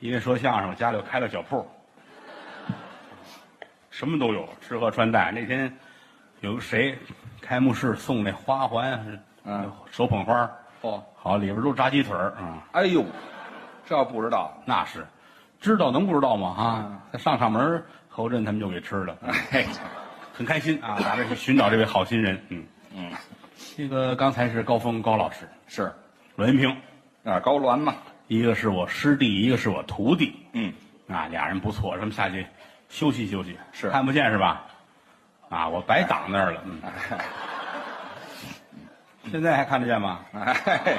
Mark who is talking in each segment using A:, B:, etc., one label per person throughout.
A: 因为说相声，我家里又开了小铺，什么都有，吃喝穿戴。那天有谁开幕式送那花环，啊
B: 嗯，
A: 手捧花，
B: 哦，
A: 好，里边都是炸鸡腿儿啊、
B: 哎呦，这要不知道，
A: 那是，知道能不知道吗？啊
B: 嗯，
A: 在上上门儿，侯震他们就给吃了，
B: 哎，
A: 很开心啊，咱们去寻找这位好心人。嗯，
B: 嗯，
A: 这个刚才是高峰高老师，
B: 是
A: 阮云平，
B: 啊，高鸾嘛，
A: 一个是我师弟，一个是我徒弟，
B: 嗯，
A: 啊，俩人不错，咱们下去休息休息。
B: 是
A: 看不见是吧？啊，我白挡那儿了。嗯， 现在还看得见吗？
B: 哎，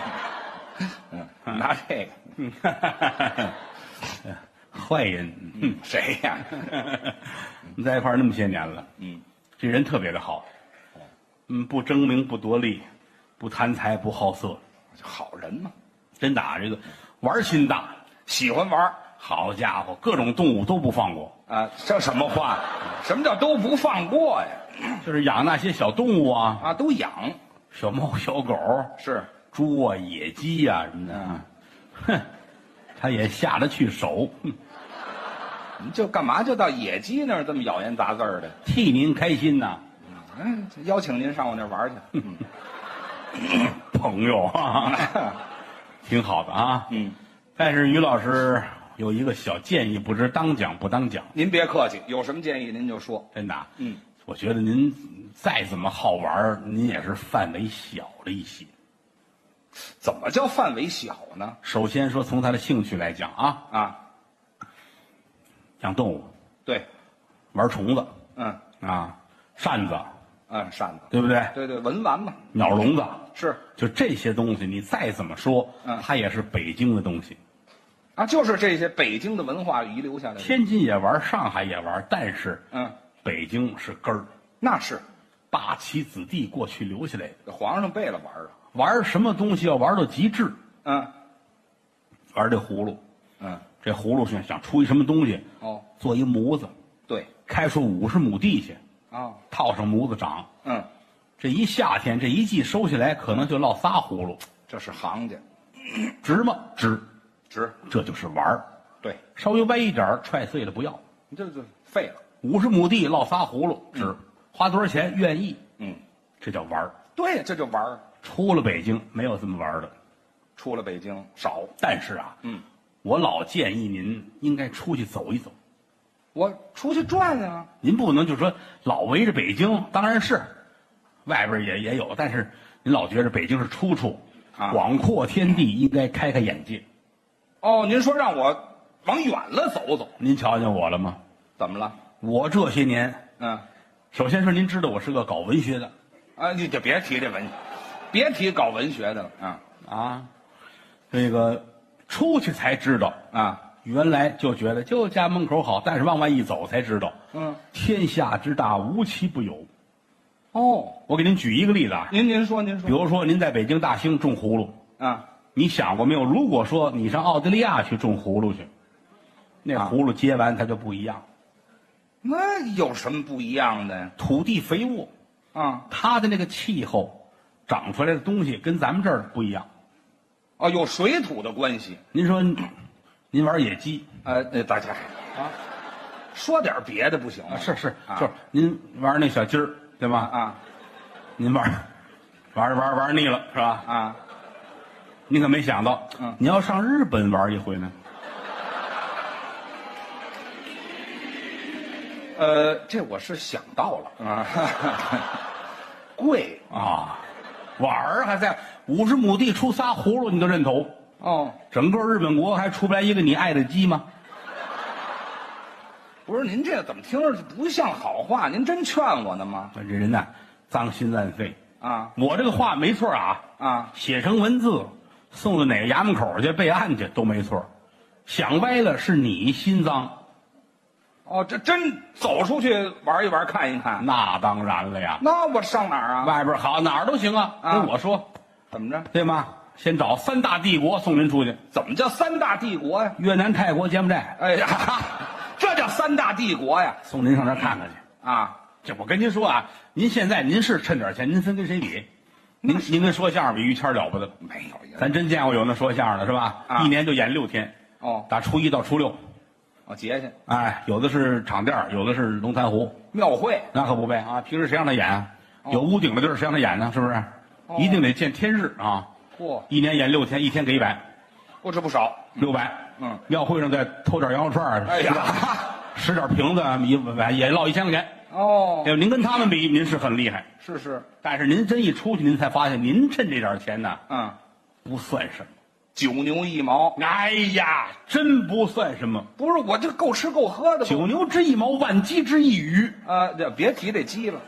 B: 嗯，拿这个，
A: 嗯，坏人，嗯，
B: 谁 呀？
A: 你在一块儿那么些年了，
B: 嗯，
A: 这人特别的好，嗯，不争名，不夺利，不贪财，不好色，
B: 好人嘛，
A: 真打这个玩心大。
B: 喜欢玩儿
A: 好家伙，各种动物都不放过，
B: 啊，这什么话？什么叫都不放过呀？
A: 就是养那些小动物啊，
B: 啊，都养
A: 小猫、小狗、
B: 是，
A: 猪啊、野鸡呀、什么的啊，哼，他也下得去手，哼
B: 你就干嘛就到野鸡那儿这么咬言杂字儿的？
A: 替您开心呐、
B: 嗯，邀请您上我那儿玩儿去。嗯
A: 朋友 啊，挺好的啊。
B: 嗯，
A: 但是于老师有一个小建议，不知当讲不当讲，
B: 您别客气，有什么建议您就说。
A: 真的啊。
B: 嗯，
A: 我觉得您再怎么好玩儿，您也是范围小了一些。
B: 怎么叫范围小呢？
A: 首先说从他的兴趣来讲啊，
B: 啊，
A: 养动物、
B: 对，
A: 玩虫子
B: 嗯
A: 啊、扇子，
B: 嗯，扇子，
A: 对不对？
B: 对对，文玩嘛，
A: 鸟笼子，
B: 是
A: 就这些东西，你再怎么说，
B: 嗯
A: 它也是北京的东西。
B: 啊，就是这些北京的文化遗留下来的。
A: 天津也玩，上海也玩，但是
B: 嗯，
A: 北京是根儿，
B: 那是
A: 八旗子弟过去留下来的。
B: 皇上背了玩儿啊。
A: 玩什么东西要玩到极致，
B: 嗯
A: 玩这葫芦，
B: 嗯，
A: 这葫芦想想出一什么东西，
B: 哦，
A: 做一模子，
B: 对
A: 开出五十亩地去，
B: 啊，
A: 套上模子长。
B: 嗯，
A: 这一夏天，这一季收起来，可能就落仨葫芦，
B: 这是行家，
A: 值吗？值，
B: 值。
A: 这就是玩儿
B: 对，
A: 稍微歪一点儿踹碎了不要。
B: 你这就废了。
A: 五十亩地落仨葫芦，值，花多少钱？愿意，
B: 嗯，
A: 这叫玩儿
B: 对，这就玩儿。
A: 出了北京没有这么玩儿的，
B: 出了北京少，
A: 但是啊，
B: 嗯，
A: 我老建议您应该出去走一走。
B: 我出去转啊。
A: 您不能就说老围着北京，当然是，外边也也有，但是您老觉着北京是出处，
B: 啊
A: 广阔天地应该开开眼界。
B: 哦，您说让我往远了走走，
A: 您瞧见我了吗？
B: 怎么了？
A: 我这些年，
B: 嗯，
A: 首先说您知道我是个搞文学的
B: 啊，你就别提这文，别提搞文学的了啊
A: 啊，这个出去才知道，
B: 啊，
A: 原来就觉得就家门口好，但是往外一走才知道，
B: 嗯，
A: 天下之大无奇不有。
B: 哦，
A: 我给您举一个例子啊，
B: 您您说您说，
A: 比如说您在北京大兴种葫芦，
B: 啊，
A: 你想过没有？如果说你上澳大利亚去种葫芦去，那
B: 啊
A: 葫芦结完它就不一样，
B: 那有什么不一样的呀？
A: 土地肥沃，
B: 啊，
A: 它的那个气候长出来的东西跟咱们这儿不一样。
B: 哦，有水土的关系。
A: 您说，您玩野鸡
B: 呃，那大家啊，说点别的不行吗？
A: 啊？是是，
B: 啊
A: 就是您玩那小鸡儿对吧？
B: 啊
A: 您玩，玩着玩着玩腻了是吧？
B: 啊，
A: 您可没想到，
B: 嗯
A: 你要上日本玩一回呢。
B: 呃，这我是想到了啊，贵
A: 啊，我儿还在五十亩地出仨葫芦，你都认头？
B: 哦，
A: 整个日本国还出不来一个你爱的鸡吗？
B: 不是您这怎么听着不像好话？您真劝我呢吗？
A: 这人呐，脏心烂肺。
B: 啊
A: 我这个话没错啊，
B: 啊，
A: 写成文字，送到哪个衙门口去备案去都没错。想歪了是你心脏，
B: 哦，这真走出去玩一玩看一看，
A: 那当然了呀。
B: 那我上哪儿啊？
A: 外边好哪儿都行啊，
B: 啊
A: 跟我说
B: 怎么着？
A: 对吗？先找三大帝国送您出去：
B: 怎么叫三大帝国呀？
A: 越南、泰国、柬埔寨，
B: 哎 呀， 这叫三大帝国呀！
A: 送您上那儿看看去。
B: 啊，
A: 这我跟您说啊，您现在您是趁点钱，您分跟谁比？您您跟说相声比于谦儿了不得，
B: 没有
A: 咱真见过有那说相声的是吧？
B: 啊
A: 一年就演六天，
B: 哦
A: 打初一到初六，
B: 哦，节去
A: 哎，有的是场店儿，有的是龙潭湖，
B: 庙会
A: 那可不呗啊！平时谁让他演啊？有屋顶的地儿谁让他演呢？是不是？
B: 哦
A: 一定得见天日啊！
B: 嚯，
A: 一年演六天，一天给一百，
B: 我这不少。
A: 六百。
B: 嗯，
A: 庙会上再偷点羊肉串儿，
B: 哎
A: 是吧，
B: 呀，
A: 拾点瓶子啊一也落一千块钱。
B: 哦
A: 哎，呦，您跟他们比，您是很厉害，
B: 是是，
A: 但是您真一出去，您才发现您趁这点钱呢
B: 嗯，
A: 不算什么。
B: 九牛一毛，
A: 哎呀，真不算什么，
B: 不是我这够吃够喝的。
A: 九牛之一毛，万鸡之一羽，
B: 呃，这别提这鸡了，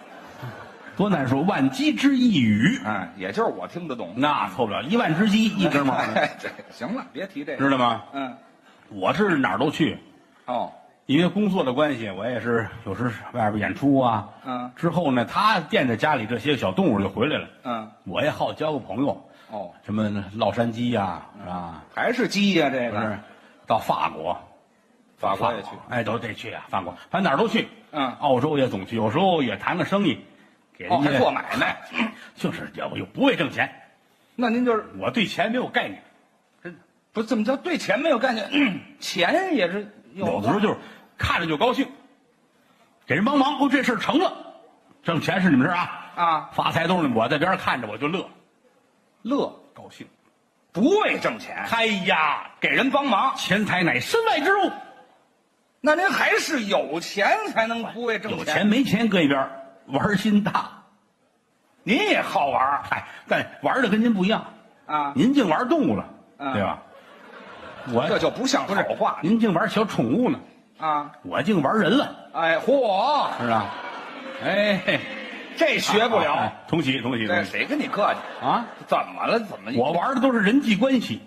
A: 多难说，万鸡之一羽，
B: 哎，也就是我听得懂。
A: 那错不了，一万只鸡一根毛，
B: 哎，这行了，别提这个。
A: 知道吗？
B: 嗯，
A: 我是哪儿都去，
B: 哦，
A: 因为工作的关系，我也是有时外边演出啊。
B: 嗯
A: 之后呢，他惦着家里这些个小动物就回来了，
B: 嗯，
A: 我也好交个朋友，
B: 哦，
A: 什么洛杉矶呀、是吧？
B: 还是鸡呀、这
A: 不是
B: 个。，
A: 到法国，
B: 法国也去，
A: 哎，都得去啊，法国，反正哪儿都去。
B: 嗯
A: 澳洲也总去，有时候也谈个生意，给人
B: 哦，
A: 家、
B: 还做买卖。
A: 就是要不又不为挣钱，
B: 那您就是
A: 我对钱没有概念，
B: 不是怎么叫对钱没有概念？ 钱也是
A: 有的时候就是看着就高兴，给人帮忙，哦，这事儿成了，挣钱是你们事儿啊，
B: 啊，
A: 发财都是你们我在边上看着我就乐，
B: 乐
A: 高兴。
B: 不为挣钱，
A: 哎呀，
B: 给人帮忙。
A: 钱财乃身外之物，
B: 那您还是有钱才能不为挣
A: 有钱没钱搁一边儿，玩心大。
B: 您也好玩儿
A: 嗨，但玩的跟您不一样，
B: 啊，
A: 您净玩动物了，
B: 嗯
A: 对吧？我
B: 这就不像
A: 不
B: 好
A: 是
B: 话
A: 您净玩小宠物呢，
B: 啊！
A: 我净玩人了，
B: 哎，嚯，
A: 是吧？哎，嘿
B: 这学不
A: 啊
B: 了。
A: 啊同喜同喜
B: 这
A: 同喜
B: 谁跟你客气？
A: 啊！
B: 怎么了？怎么
A: 我玩的都是人际关系，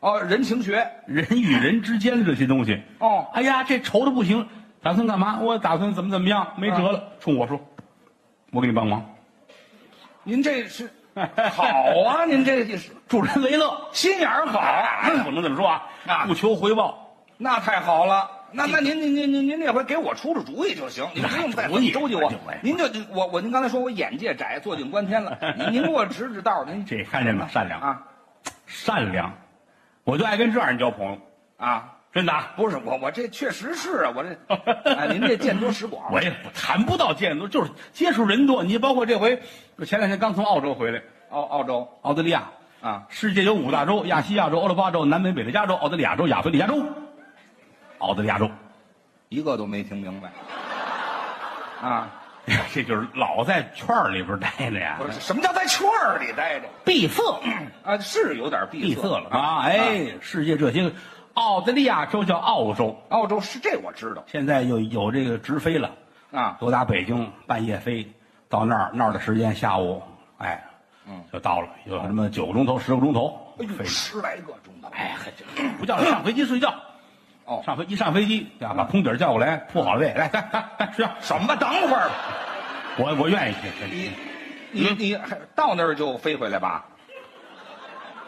B: 哦，人情学
A: 人与人之间的这些东西。
B: 哦，
A: 哎呀，这愁的不行，打算干嘛？我打算怎么怎么样，没辙了，冲我说，我给你帮忙。
B: 您这是好啊，您这也是
A: 助人为乐，
B: 心眼儿好
A: 哎
B: 啊，
A: 不能这么说啊，
B: 啊
A: 不求回报。
B: 那太好了。那那您您您您您那回给我出出主意就行，您不用再
A: 主意
B: 周济我
A: 哎呦喂。
B: 您就我我您刚才说我眼界窄，坐井观 天了，您您给我指指道儿，您
A: 这看见吗？善良，
B: 啊
A: 善良，我就爱跟这样人交朋友，
B: 啊，
A: 真的啊。
B: 不是我我这确实是啊，我这哎您这见多识广
A: 我也不谈不到见多，就是接触人多。你包括这回，我前两天刚从澳洲回来，
B: 澳澳洲
A: 澳大利亚，
B: 啊，
A: 世界有五大洲：亚细亚洲、欧罗巴洲、南美北的加州、澳大利亚州、亚非利亚州。澳大利亚州，
B: 一个都没听明白啊，
A: 这就是老在圈儿里边待着呀
B: 不，是什么叫在圈儿里待着
A: 闭塞，
B: 啊？是有点闭
A: 闭
B: 塞
A: 塞了啊！哎，世界这些个，澳大利亚州叫澳洲，
B: 澳洲是这我知道
A: 现在有有这个直飞了，
B: 啊，
A: 都打北京半夜飞到那儿，那儿的时间下午，哎，
B: 嗯，
A: 就到了，有什么九个钟头、十个钟头，
B: 哎呦，
A: 飞
B: 十来个钟头，
A: 哎，还真不叫上飞机睡觉，
B: 哦，
A: 上飞一上飞机，啊，把空姐叫过来，铺好了位，来来来来睡觉，
B: 什么？等会儿吧，
A: 我我愿意去。
B: 你你
A: 嗯
B: 你还到那儿就飞回来吧？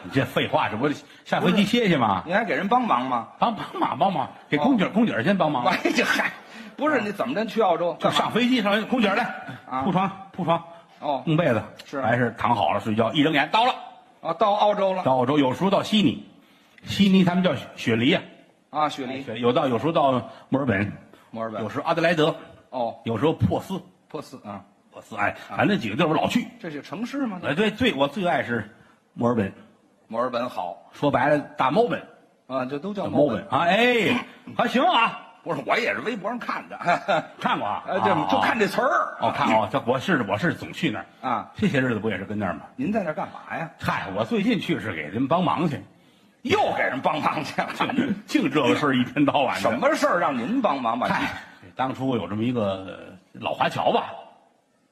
A: 你这废话，这不是下飞机歇歇吗？
B: 你还给人帮忙吗？
A: 帮帮忙帮忙，给空
B: 哦
A: 姐空姐先帮忙，
B: 哎这嗨，不是你怎么着去澳洲？
A: 就
B: 干嘛？
A: 上飞机上飞机空姐来
B: 啊
A: 铺床上铺床，
B: 哦
A: 弄被子，
B: 是
A: 完事儿躺好了睡觉，一睁眼到了。
B: 啊，到澳洲了
A: 到澳洲，有时候到悉尼，悉尼他们叫雪梨呀、
B: 啊，雪梨、
A: 哎雪有到有时候到墨尔本，
B: 墨尔本
A: 有时候阿德莱德，
B: 哦，
A: 有时候珀斯，
B: 珀斯啊，
A: 珀斯哎，反正几个地儿我老去。
B: 这是城市吗？
A: 哎，对，最我最爱是墨尔本，
B: 墨尔本好
A: 说白了大猫本，
B: 啊，这都叫
A: 大
B: 墨
A: 猫
B: 尔
A: 本啊，哎，还行啊，
B: 本。不是，我也是微博上看的， 呃，
A: 看过啊，
B: 这就看
A: 这，
B: 这词儿
A: 哦，看过，这我是我是总去那儿，
B: 啊。
A: 这些日子不也是跟那儿吗？
B: 您在那儿干嘛呀？
A: 嗨，我最近去是给人帮忙去，
B: 又给人帮忙去了？
A: 净净这个事儿一天到晚的。
B: 什？么事儿让您帮忙吧？
A: 嗨，哎当初有这么一个呃老华侨吧，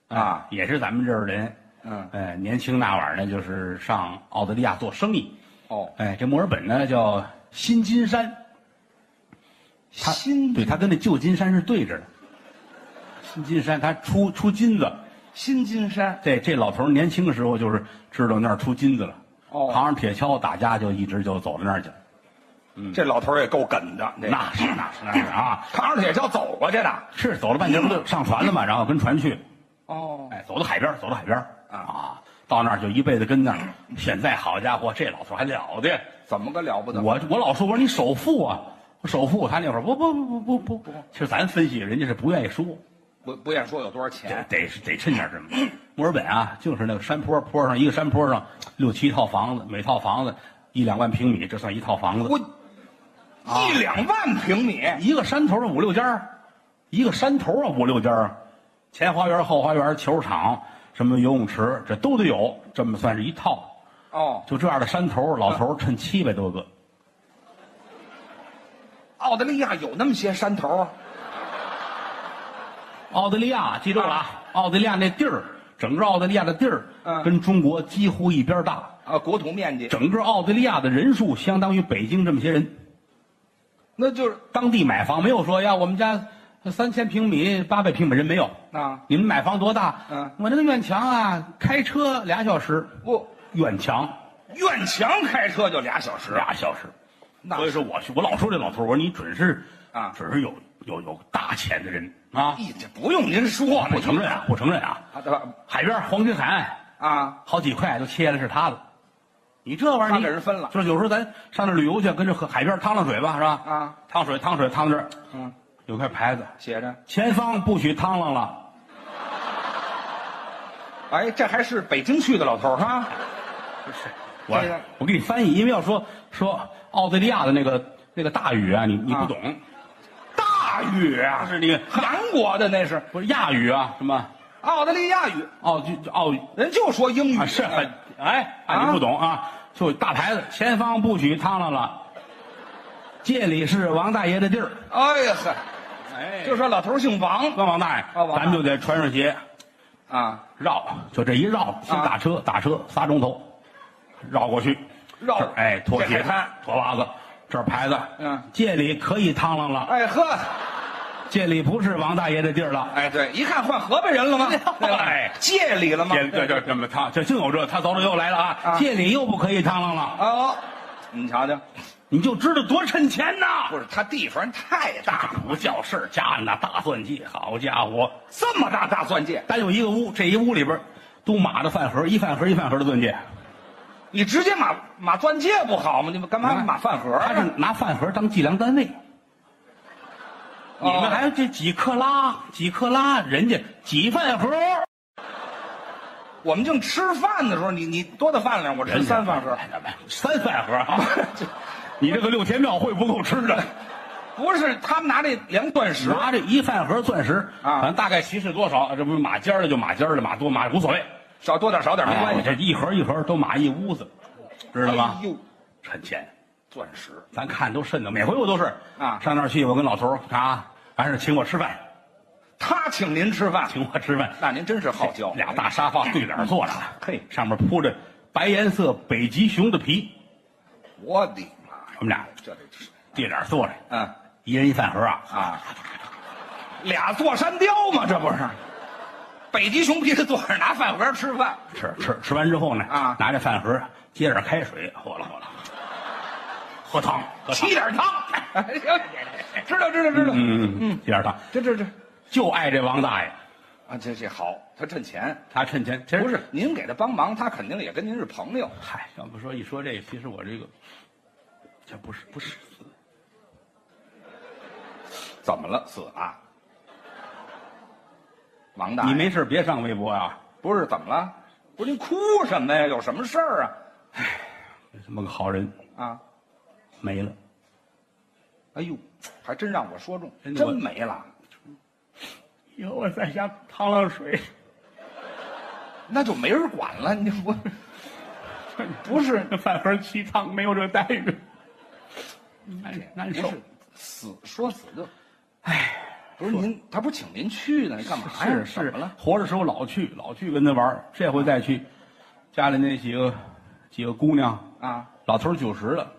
A: 哎
B: 啊，
A: 也是咱们这儿人，
B: 嗯，
A: 呃，年轻那晚呢，就是上澳大利亚做生意。
B: 哦，
A: 哎，这墨尔本呢叫新金山，它
B: 新
A: 对，它跟那旧金山是对着的。新金山，它出出金子。
B: 新金山
A: 这这老头儿年轻的时候就是知道那儿出金子了，
B: 哦
A: 扛着铁锹打架就一直就走到那儿去了。嗯
B: 这老头儿也够梗的，这
A: 那是那是那是啊，
B: 扛着铁锹走过去的。
A: 是走了半截不就上船了嘛，然后跟船去，
B: 哦，
A: 哎，走到海边儿，走到海边儿
B: 啊
A: 啊，到那儿就一辈子跟那儿。现在好家伙，这老头儿还了得，
B: 怎么个了不得？
A: 我我老说我说你首富啊，首富，他那会儿不不不不不不，其实咱分析人家是不愿意说，
B: 不不愿说有多少
A: 得
B: 钱，
A: 得得趁点什么。墨尔本啊，就是那个山坡坡上一个山坡上六七套房子，每套房子一两万平米，这算一套房子。
B: 我
A: 啊
B: 一两万平米，
A: 一个山头上五六家儿，一个山头上五六家儿，前花园后花园球场什么游泳池这都得有，这么算是一套。
B: 哦，
A: 就这样的山头，老
B: 啊
A: 头儿趁七百多个，
B: 澳大利亚有那么些山头，
A: 澳大利亚，记住了啊！澳大利亚那地儿，整个澳大利亚的地儿，
B: 嗯
A: 跟中国几乎一边大。
B: 啊，国土面积，
A: 整个澳大利亚的人数相当于北京这么些人。
B: 那就是
A: 当地买房没有说呀，我们家三千平米、八百平米人没有。
B: 啊，
A: 你们买房多大？
B: 嗯
A: 我那个院墙啊，开车俩小时，
B: 不，
A: 院墙
B: 院墙开车就俩小时，
A: 俩小时。
B: 啊那
A: 所以说我去，我老说这老头儿，我说你准是
B: 啊
A: 准是有有有大钱的人啊！
B: 咦这不用您说呢，
A: 不承认啊，不承认啊！
B: 啊，对吧？
A: 海边黄金海岸，
B: 啊，
A: 好几块都切了是他的。你这玩意儿，
B: 他给人分了
A: 就是有时候咱上那旅游去，跟这河海边趟趟水吧，是吧？
B: 啊，
A: 趟水趟水趟到这儿，
B: 嗯，
A: 有块牌子，
B: 写着，
A: 前方不许趟浪了。
B: 哎，这还是北京去的老头儿哈，
A: 不是，我
B: 这个
A: 我给你翻译，因为要说说澳大利亚的那个那个大雨啊，你你不
B: 啊
A: 懂，
B: 大雨
A: 就
B: 啊，
A: 是那个
B: 韩国的那是
A: 不是亚语啊，什么
B: 澳大利亚语，
A: 澳就就澳
B: 人就说英语
A: 啊是很哎啊你
B: 啊
A: 不懂啊，就大牌子，前方不许趟浪了。这里是王大爷的地儿，
B: 哎呀呵，
A: 哎
B: 就说老头儿姓王
A: 问 王大爷，
B: 啊王大爷
A: 咱们就得穿上鞋
B: 啊，
A: 绕，就这一绕，先打车，打车仨钟头，绕过去，
B: 绕
A: 这儿哎，脱
B: 这
A: 鞋
B: 海滩，
A: 脱袜子，这儿牌子，
B: 嗯
A: 这里可以趟浪了，
B: 哎呵，
A: 这里不是王大爷的地儿了，
B: 哎对，一看换河北人了吗？对吧
A: 哎
B: 借礼了吗？
A: 这这这这么趟，这净有这，他走了又来了啊，
B: 啊
A: 这里又不可以趟浪了，
B: 哦，你瞧瞧，
A: 你就知道多趁钱呐，
B: 不是他地方太大，
A: 大不叫事儿，家里那大算计，好家伙，
B: 这么大大钻戒，
A: 单有一个屋，这一屋里边儿都码着饭盒，一饭盒一饭盒的钻戒。
B: 你直接码码钻戒不好吗？你们干嘛码饭盒
A: 他
B: 啊？
A: 是拿饭盒当计量单位。你
B: 哦
A: 们还有这几克拉，几克拉，人家几饭盒，
B: 我们净吃饭的时候，你你多大饭量？我吃三饭盒，
A: 哎三饭盒 啊！你这个六天庙会不够吃的，
B: 不是他们拿这量钻石，
A: 拿这一饭盒钻石反
B: 啊
A: 正大概其是多少，这不是码尖儿的就码尖儿的，码多码无所谓。
B: 少多点少点没
A: 哎，
B: 关
A: 我
B: 系，
A: 这一盒一盒都码一屋子，知道吗
B: 哎？呦，
A: 趁钱，
B: 钻石
A: 咱看都瘆得，每回我都是
B: 啊
A: 上那儿去，我跟老头儿啊，完事儿请我吃饭，
B: 他请您吃饭，
A: 请我吃饭，
B: 那您真是好交。
A: 哎俩大沙发对脸坐着，
B: 嘿
A: 上面铺着白颜色北极熊的皮，
B: 哎我的妈呀，
A: 我们俩
B: 这得吃，
A: 对脸坐着，
B: 嗯
A: 一人一饭盒啊，
B: 啊，俩座山雕嘛，这不是？北极熊皮着坐着拿饭盒吃饭，
A: 吃吃吃完之后呢，
B: 啊
A: 拿着饭盒接点开水，和了和了，喝汤，喝汤
B: 沏，点汤，哎 呦知道知道知道，
A: 嗯嗯，接点汤，
B: 这这这
A: 就爱这王大爷，
B: 啊，这这好，他趁钱。
A: 他趁钱，其实
B: 不是，您给他帮忙，他肯定也跟您是朋友。
A: 嗨，要不说一说这个，其实我这个这不是不是死，
B: 怎么了？死了？王大爷，
A: 你没事别上微博啊，
B: 不是怎么了？不是您哭什么呀？有什么事儿啊？
A: 这么个好人
B: 啊，
A: 没了，
B: 哎呦，还真让我说中，
A: 真
B: 真
A: 哎的我
B: 没了。
A: 以后我在家趟浪水。
B: 那就没人管了，你不不是
A: 饭盒七趟没有这待遇，
B: 嗯
A: 难难
B: 不
A: 受。
B: 是死说死就，哎，不是您，他不是请您去呢，干嘛呀？
A: 是
B: 怎
A: 是
B: 么了？，
A: 活着时候老去老去跟他玩儿这回再去，家里那几个几个姑娘，
B: 啊，
A: 老头九十了，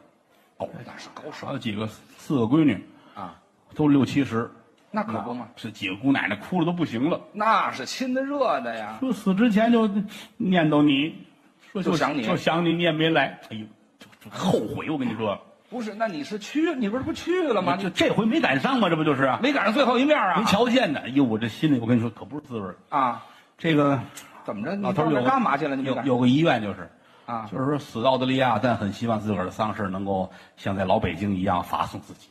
B: 哦，那是高手
A: 还有几个四个闺女，
B: 啊，
A: 都六七十，
B: 那可不嘛，
A: 是几个姑奶奶哭的都不行了，
B: 那是亲的热的呀。
A: 说死之前就念叨你，说
B: 就想你
A: 就想你，你也没来，哎呦，就就后悔，我跟你说，
B: 不是，那你是去，你不是不去了吗？
A: 就这回没赶上嘛，这不就是啊？
B: 没赶上最后一面啊！
A: 没瞧见呢，哎呦，我这心里我跟你说可不是滋味儿
B: 啊，
A: 这个
B: 怎么着？
A: 老头儿
B: 你
A: 啊有
B: 到那儿干嘛去了？你
A: 有
B: 们
A: 有个遗愿就是，
B: 啊
A: 就是说死澳大利亚，但很希望自个儿的丧事能够像在老北京一样发送自己。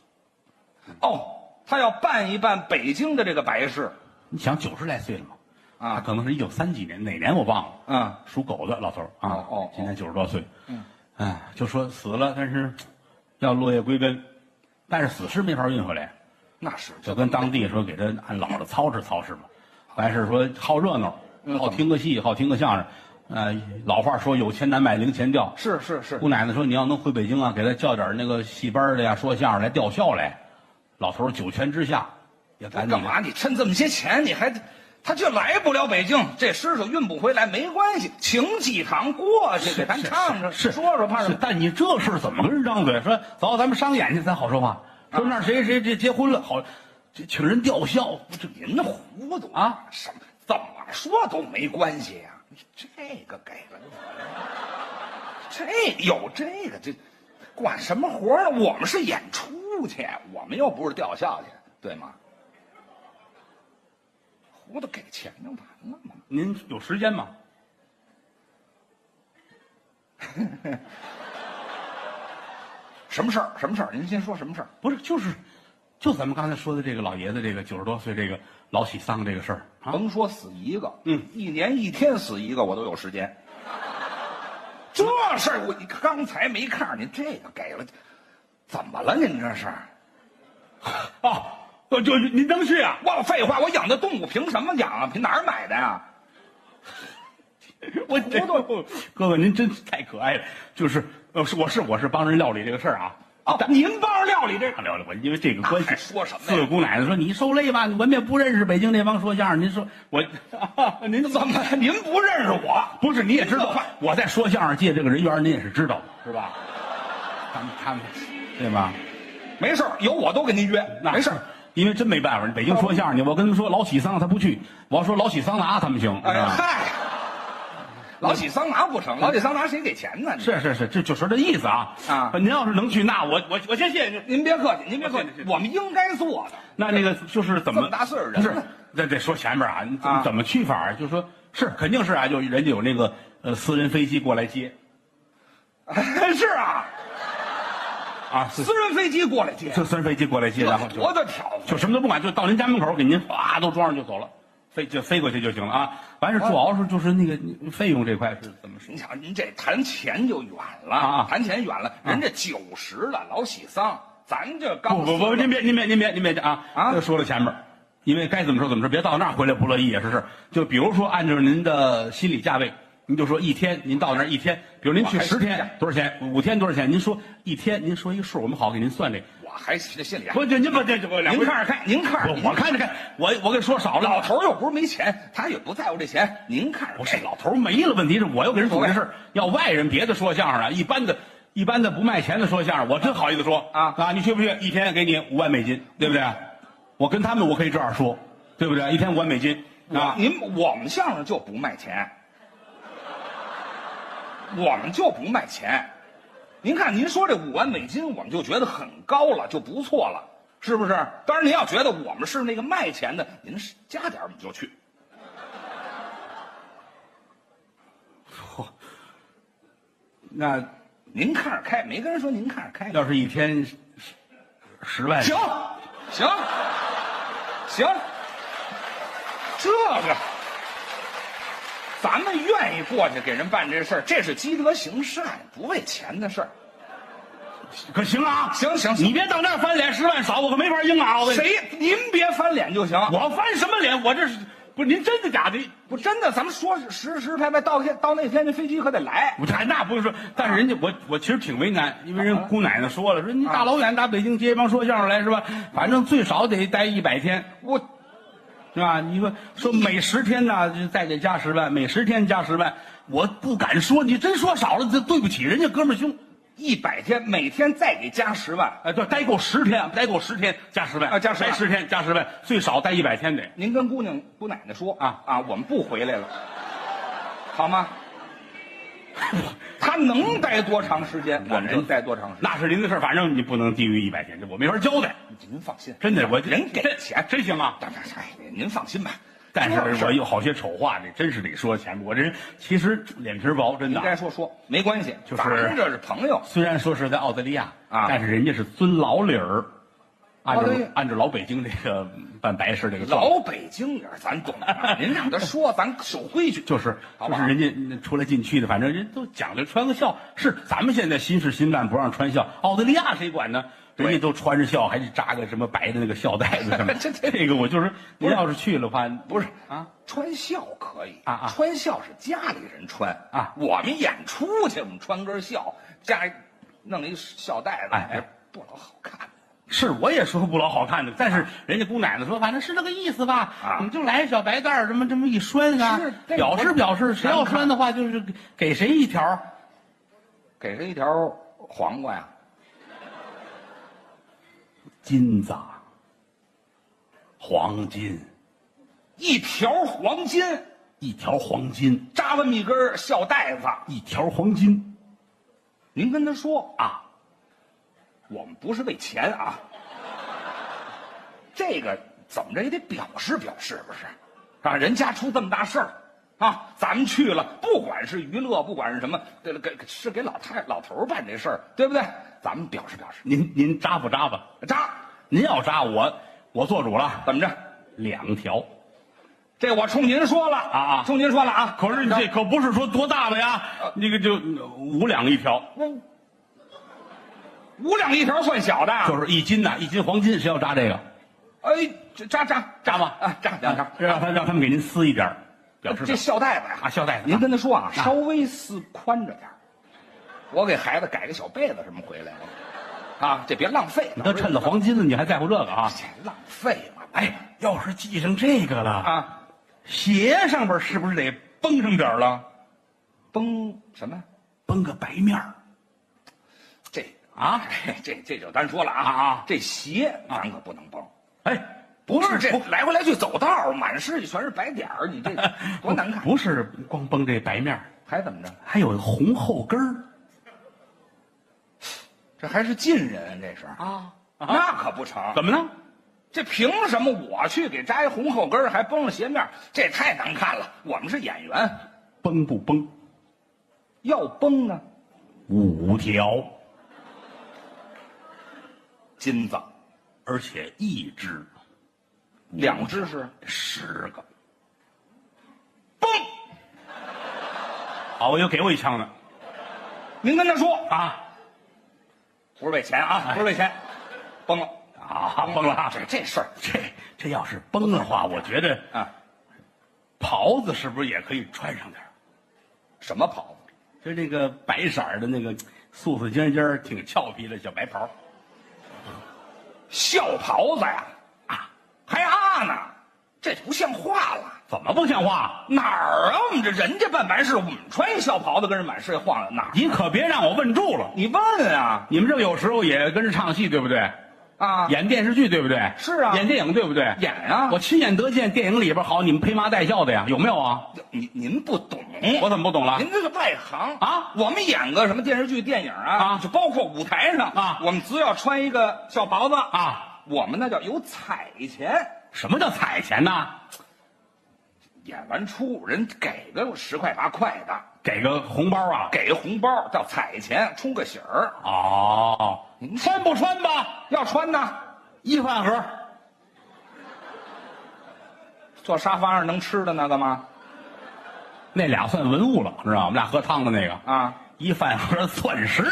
B: 哦，他要办一办北京的这个白事
A: 你想九十来岁了嘛，
B: 啊
A: 他可能是一九三几年哪年我忘了，
B: 嗯，
A: 属狗的老头儿啊，
B: 哦哦哦
A: 今年九十多岁，嗯，哎，就说死了，但是要落叶归根，但是死尸没法运回来，
B: 那是
A: 就跟当地说给他按老的操持操持嘛。完事儿说好热闹，
B: 嗯
A: 好听个戏，好听个相声，呃，老话说有钱难买零钱掉。
B: 是是是
A: 姑奶奶说你要能回北京啊，给他叫点儿那个戏班儿的呀，说相声来吊孝来。老头儿九泉之下也赶紧
B: 干嘛？你趁这么些钱，你还他就来不了北京，这诗就运不回来，没关系，请几堂过去给咱唱唱，
A: 是
B: 说说怕什
A: 是
B: 么？
A: 但你这事儿怎么跟人张嘴说？走，咱们商演去，咱好说话。说那儿谁谁这结婚了，好，这请人吊孝，这
B: 您糊涂
A: 啊！
B: 什么怎么说都没关系呀、你这个给了你，这有这个这管什么活儿呢？我们是演出去，我们又不是吊孝去，对吗？糊涂给钱就完了嘛。
A: 您有时间吗？
B: 什么事儿？什么事儿？您先说什么事儿？
A: 不是，就是，就咱们刚才说的这个老爷子，这个九十多岁这个老喜丧这个事儿啊，
B: 甭说死一个，
A: 嗯，
B: 一年一天死一个，我都有时间。这事儿我你刚才没看着您这个给了，怎么了您这是？
A: 哦，呃就您能去啊？
B: 我废话，我养的动物凭什么养啊？凭哪儿买的呀、
A: 我这哎哥哥您真是太可爱了，就是呃是我是我是帮人料理这个事儿啊。
B: 哦，您帮着料理这
A: 大聊聊，我因为这个关系
B: 那还说什么呀
A: 四个姑奶奶说你受累吧，我们也不认识北京这帮说相声，您说 我，您怎
B: 怎么您不认识我？
A: 不是，你也知
B: 您
A: 道
B: 这话，
A: 我在说相声界这个人缘，您也是知道的，是吧？他们他们，对吧？
B: 没事儿有我都跟您约，
A: 那
B: 没事儿。
A: 因为真没办法，北京说相声去，我跟他们说老喜丧他不去，我要说老喜桑拿他们行，是
B: 哎
A: 吧？
B: 嗨，老喜桑拿不成，老喜桑拿谁给钱呢？你
A: 是是是，这就是这意思啊
B: 啊
A: 您要是能去，那我我我先谢谢您。
B: 您别客气，您别客气
A: 我信，
B: 我们应该做的。
A: 那那个就是怎么
B: 这么大岁数
A: 不
B: 人
A: 是
B: 了，
A: 这得说前面啊，你怎
B: 啊
A: 么怎么去法儿？就说是肯定是啊，就人家有那个呃私人飞机过来接
B: 是啊，
A: 啊，私
B: 私人飞机过来接，
A: 私私人飞机过来接，然后就
B: 多大挑
A: 就什么都不管，就到您家门口给您哗都装上就走了，飞就飞过去就行了啊。完事儿主要是就是那个费用这块是怎么说
B: 你想，您这谈钱就远了，
A: 啊
B: 谈钱远了，人家九十了，老喜丧，咱这刚
A: 不不不，您别您别您别您别啊
B: 啊
A: 又说了前面，因为该怎么说怎么说，别到那儿回来不乐意也是事儿。就比如说按照您的心理价位，您就说一天，您到那儿一天，比如您去
B: 我还
A: 十
B: 心里
A: 天多少钱，五天多少钱，您说一天，您说一个数，我们好给您算这。
B: 我还这心里啊，
A: 不，这您不这我两
B: 您
A: 回事
B: 看着看，您看着
A: 我我看着看，我我给说少了，
B: 老头儿又不是没钱，他也不在乎这钱，您看着
A: 不是老头儿没了，问题是我又给人主这事儿。要外人别的说相声啊，一般的、一般的不卖钱的说相声，我真好意思说
B: 啊
A: 啊！你去不去？一天给你五万美金，对不对？我跟他们我可以这样说，对不对？一天五万美金
B: 啊
A: 啊，！
B: 您我们相声就不卖钱，我们就不卖钱。您看，您说这五万美金，我们就觉得很高了，就不错了，是不是？当然，您要觉得我们是那个卖钱的，您是加点儿我们就去。
A: 那
B: 您看着开，没跟人说您看着开。
A: 要是一天十十万，
B: 行，行，行，这个，咱们愿意过去给人办这事儿，这是积德行善，不为钱的事儿。
A: 可行啊？
B: 行行行
A: 你别到那儿翻脸，十万少我可没法应啊！我跟你
B: 谁？您别翻脸就行。
A: 我翻什么脸？我这是不是您真的假的？
B: 我真的，咱们说实实拍拍，到天到那天这飞机可得来。
A: 我这那 不是说，但是人家我我其实挺为难，因为人姑奶奶说了，说你大老远打北京接一帮说相声来是吧？反正最少得待一百天，
B: 我
A: 是吧？你说说每十天呢，就再给加十万，每十天加十万，我不敢说，你真说少了，这对不起人家哥们儿兄。
B: 一百天，每天再给加十万。
A: 哎，对，待够十天，待够十天加十万
B: 啊加10万
A: 待十天加十万，最少待一百天得。
B: 您跟姑娘姑奶奶说
A: 啊
B: 啊，我们不回来了，好吗？他能待多长时间，我们就待多长时
A: 那是您的事儿，反正你不能低于一百天，这我没法交代。
B: 间。您放心，
A: 真的，我
B: 人给
A: 真
B: 钱。
A: 真行啊！
B: 哎，您放心吧，
A: 但
B: 这
A: 是
B: 事儿
A: 我有好些丑话，这真是得说前面。我这人其实脸皮薄，真的
B: 应该
A: 啊。
B: 说说没关系，
A: 就是
B: 反正这是朋友。
A: 虽然说是在澳大利亚
B: 啊
A: 但是人家是遵老理儿，按
B: 澳大利
A: 照
B: 亚
A: 按照老北京这个办白事这个状态，
B: 老北京人，咱懂啊。您让他说，咱守规矩。
A: 就是
B: 好
A: 就
B: 不好
A: 是人家那出来进去的，反正人都讲究穿个孝。是咱们现在新式新办不让穿孝，澳大利亚谁管呢？人家
B: 对。
A: 都穿着孝，还得扎个什么白的那个孝带子什么
B: 这这
A: 这个我就是，
B: 不
A: 您
B: 是
A: 要是去了话，
B: 不是
A: 啊，
B: 穿孝可以
A: 啊啊
B: 穿孝是家里人穿
A: 啊
B: 我们演出去，我们穿根孝，家里弄一孝带子，
A: 哎哎
B: 不老好看。
A: 是，我也说不老好看的，但是人家姑奶奶说，反正是这个意思吧。
B: 啊
A: 我们就来一小白带儿，这么这么一拴啊，
B: 是这个
A: 表示
B: 我
A: 表示，谁要
B: 难看
A: 拴的话，就是给给谁一条儿。
B: 给人一条黄瓜呀，
A: 金子，
B: 啊
A: 黄金，
B: 一条黄金
A: 一条黄金，
B: 扎这么一根孝带子。
A: 一条黄金
B: 您跟他说，
A: 啊！
B: 我们不是为钱啊，这个怎么着也得表示表示，不是？啊，人家出这么大事儿，啊，咱们去了，不管是娱乐，不管是什么，对了，给给是给老太老头儿办这事儿，对不对？咱们表示表示，
A: 您您扎不扎吧？
B: 扎
A: 您要扎我，我做主了，
B: 怎么着？
A: 两条。
B: 这我冲您说了啊
A: 啊
B: 冲您说了啊！
A: 可是你这可不是说多大的
B: 呃
A: 呀，那个就五两一条，
B: 五五两一条算小的，啊
A: 就是一斤呐，一斤黄金，谁要扎这个？
B: 哎，这扎扎
A: 扎吧
B: 啊，扎两条。
A: 让他让他们给您撕一点儿，表示
B: 这
A: 表
B: 孝带子呀
A: 啊，孝带子啊。
B: 您跟他说啊，
A: 啊
B: 稍微撕宽着点儿我给孩子改个小被子什么回来我啊，这别浪费。
A: 你都趁了黄金了，你还在乎这个啊？
B: 这浪费嘛？
A: 哎，要是系上这个了，
B: 啊，
A: 鞋上边是不是得绷上点儿了？
B: 崩什么？
A: 绷个白面儿
B: 这
A: 啊？
B: 这这这就单说了啊
A: 啊啊
B: 这鞋咱可不能崩。
A: 哎，
B: 不是这来回来去走道儿，满世界全是白点儿，你 这多难看。
A: 不是光绷这白面儿，
B: 还怎么着？
A: 还有红后跟儿
B: 这还是近人，这是
A: 啊啊！
B: 那可不成。
A: 怎么呢？
B: 这凭什么我去给扎一红后跟儿，还崩了鞋面儿？这太难看了。我们是演员，
A: 绷不绷？
B: 要崩啊呢，
A: 五条，
B: 金子
A: 而且一只
B: 两只是
A: 十个。
B: 崩。
A: 好，我又给我一枪呢
B: 您跟他说，
A: 啊
B: 不是为钱啊，不是为钱，崩了，
A: 啊！崩了啊！
B: 这这事儿
A: 这这要是崩的话，我觉得
B: 啊，
A: 袍子是不是也可以穿上点儿？
B: 什么袍子？
A: 就那个白色儿的那个素素尖尖儿、挺俏皮的小白袍儿
B: 孝袍子呀，
A: 啊，
B: 还啊呢，这不像话了。
A: 怎么不像话？
B: 哪儿啊？我们这人家办完事，我们穿一孝袍子跟人满世界晃悠，哪儿？
A: 你可别让我问住了。
B: 你问啊
A: 你们这有时候也跟着唱戏，对不对？
B: 啊！
A: 演电视剧，对不对？
B: 是啊
A: 演电影，对不对？
B: 演啊
A: 我亲眼得见电影里边好，你们披麻戴孝的呀，有没有啊？
B: 您您不懂，
A: 我怎么不懂了？
B: 哎您这个外行
A: 啊！
B: 我们演个什么电视剧、电影啊，
A: 啊
B: 就包括舞台上
A: 啊
B: 我们只要穿一个小袍子啊，
A: 啊，
B: 我们那叫有彩钱。
A: 什么叫彩钱呢？
B: 演完出人给个十块八块的，
A: 给个红包啊？
B: 给红包叫彩钱，充个喜儿。
A: 哦，穿不穿吧？
B: 要穿呢，
A: 一饭盒，
B: 坐沙发上能吃的那个吗？
A: 那俩算文物了，知道吗？我们俩喝汤的那个，
B: 啊，
A: 一饭盒钻石，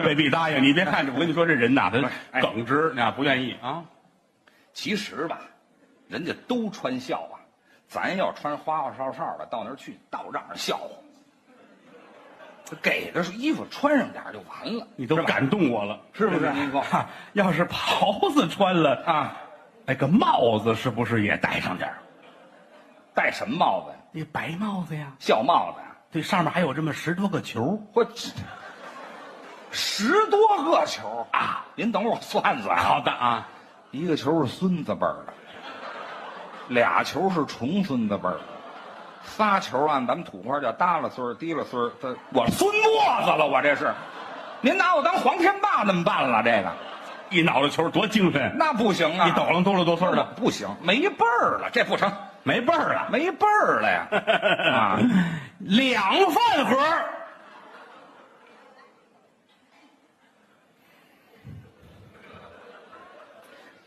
A: 未必答应。你别看着我跟你说，这人呐，他
B: 哎
A: 耿直，那不愿意啊。
B: 其实吧，人家都穿孝啊，咱要穿花花哨哨的到那儿去，倒让人笑话。给个衣服穿上点儿就完了，
A: 你都感动我了，
B: 是吧是不是
A: 您
B: 您
A: 说
B: 说，
A: 哈要是袍子穿了
B: 啊，
A: 那个帽子是不是也戴上点儿
B: 戴什么帽子呀？
A: 那白帽子呀，
B: 孝帽子呀？
A: 对，上面还有这么十多个球
B: 我十多个球！
A: 啊。
B: 您等会儿我算算啊，
A: 好的啊，
B: 一个球是孙子辈儿的，俩球是重孙子辈儿的，仨球按咱们土话叫耷拉孙儿、提拉孙儿。他我孙墨子了，我这是，您拿我当黄天霸那么办了？这个
A: 一脑袋球多精神，
B: 那不行啊！
A: 一抖楞哆了哆嗦的，
B: 不行，没辈儿了，这不成，
A: 没辈儿了。
B: 没辈儿了 呀！啊，
A: 两饭盒儿，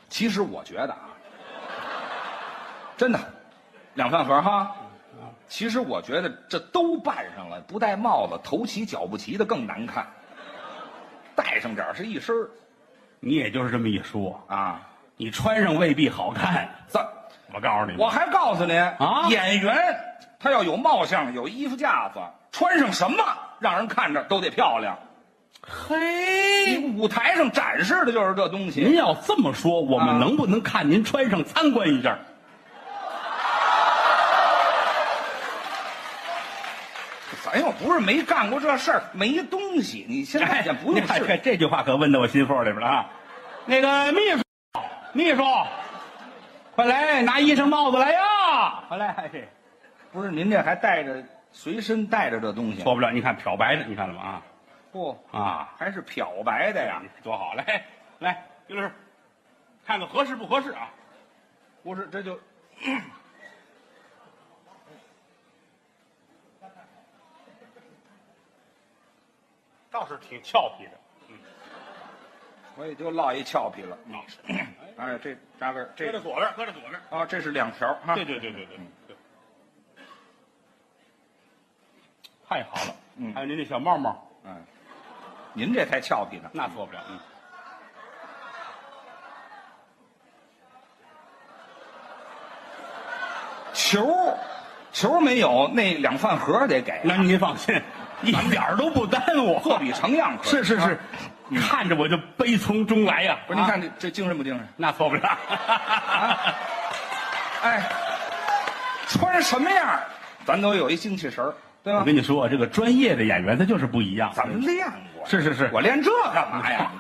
B: 其实我觉得啊，真的，两饭盒哈，其实我觉得这都扮上了，不戴帽子，头齐脚不齐的更难看。戴上点儿是一身儿
A: 你也就是这么一说，
B: 啊，
A: 你穿上未必好看。
B: 咱
A: 我告诉你，
B: 我还告诉你
A: 啊
B: 演员他要有貌相，有衣服架子，穿上什么让人看着都得漂亮。你
A: 嘿，
B: 舞台上展示的就是这东
A: 您
B: 西。
A: 要这么说，我
B: 啊
A: 们能不能看您穿上参观一下？
B: 咱又哎不是没干过这事儿，没东西。你现在也不
A: 哎 你
B: 用
A: 看这
B: 试。
A: 这句话可问到我心缝里边了啊！那个秘书，秘书，快来拿衣裳帽子来呀！快来，
B: 不是您这还带着随身带着这东西？
A: 错不了，你看漂白的，你看了吗？
B: 不，
A: 啊啊，哎
B: 还是漂白的呀？
A: 多好！来来，于老师，看看合适不合适啊？
B: 不是，这就
A: 倒是挺俏皮的，
B: 我也就落一俏皮了。
A: 啊，
B: 哎，这扎根儿这
A: 搁在左边，搁在左边。
B: 啊，这是两条哈。
A: 对对对对对，
B: 嗯
A: 对太好了！还有您这小帽帽，
B: 嗯，您这才俏皮呢。
A: 那错不了。嗯，
B: 球儿，球儿没有，那两饭盒儿得给。啊
A: 那您放心，一点儿都不耽误。
B: 货比成样可
A: 是是是
B: 啊，
A: 看着我就悲从中来呀！
B: 不是，您
A: 啊
B: 看这啊这精神不精神？
A: 那错不了。
B: 哎，穿什么样儿，咱都有一精气神儿，对
A: 我
B: 吧？
A: 跟你说，这个专业的演员他就是不一样。
B: 咱们练过，
A: 是是是
B: 我练这干 嘛呀？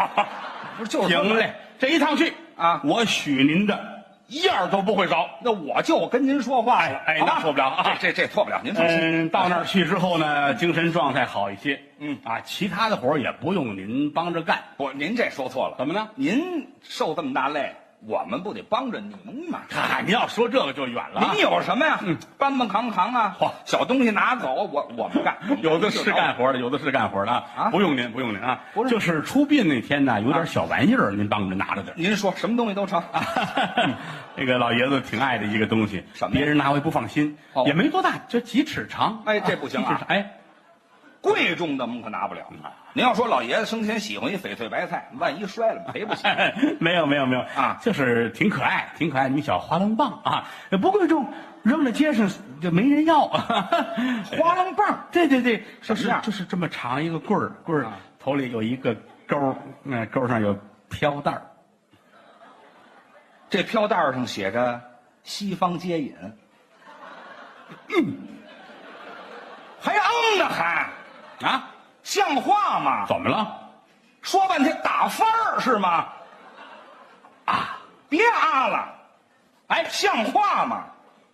B: 不是就是说
A: 行嘞，这一趟去
B: 啊
A: 我许您的一样都不会少。
B: 那我就跟您说话了，
A: 哎哎
B: 好吧
A: 那错不了啊
B: 这这这错不了，您放心。
A: 嗯，到那儿去之后呢，精神状态好一些。
B: 嗯
A: 啊，其他的活儿也不用您帮着干。
B: 不，您这说错了，
A: 怎么呢？
B: 您受这么大累，我们不得帮着您吗？
A: 哈、您要说这个就远了啊、
B: 您有什么呀？
A: 嗯
B: 搬搬扛扛啊
A: 嚯，
B: 小东西拿走，我我们干。
A: 有的是干活的，有的是干活的
B: 啊
A: 不用您，不用您啊。
B: 不是
A: 就是出殡那天呢，有点小玩意儿，您帮着拿着点儿。
B: 您说什么东西都成。啊
A: 那个老爷子挺爱的一个东西，
B: 什么呀
A: 别人拿我也不放心，
B: 哦
A: 也没多大，就几尺长。
B: 哎这不行
A: 几
B: 啊
A: 尺长哎，
B: 贵重的我们可拿不
A: 嗯
B: 了。您要说老爷子生前喜欢一翡翠白菜，万一摔了赔不起。
A: 没有没有没有
B: 啊
A: 就是挺可爱，挺可爱，你小花楞棒啊，也不贵重，扔在街上就没人要。 哎
B: 花楞棒，
A: 对对对，就
B: 什么
A: 是
B: 样
A: 就是这么长一个棍儿，棍儿
B: 啊
A: 头里有一个钩儿，那钩上有飘带儿，
B: 这飘带上写着“西方接引”，嗯，
A: 嗯
B: 还嗯呢还，
A: 啊，
B: 像话吗？
A: 怎么了？
B: 说半天打翻儿是吗？啊，别啊了，哎，像话吗？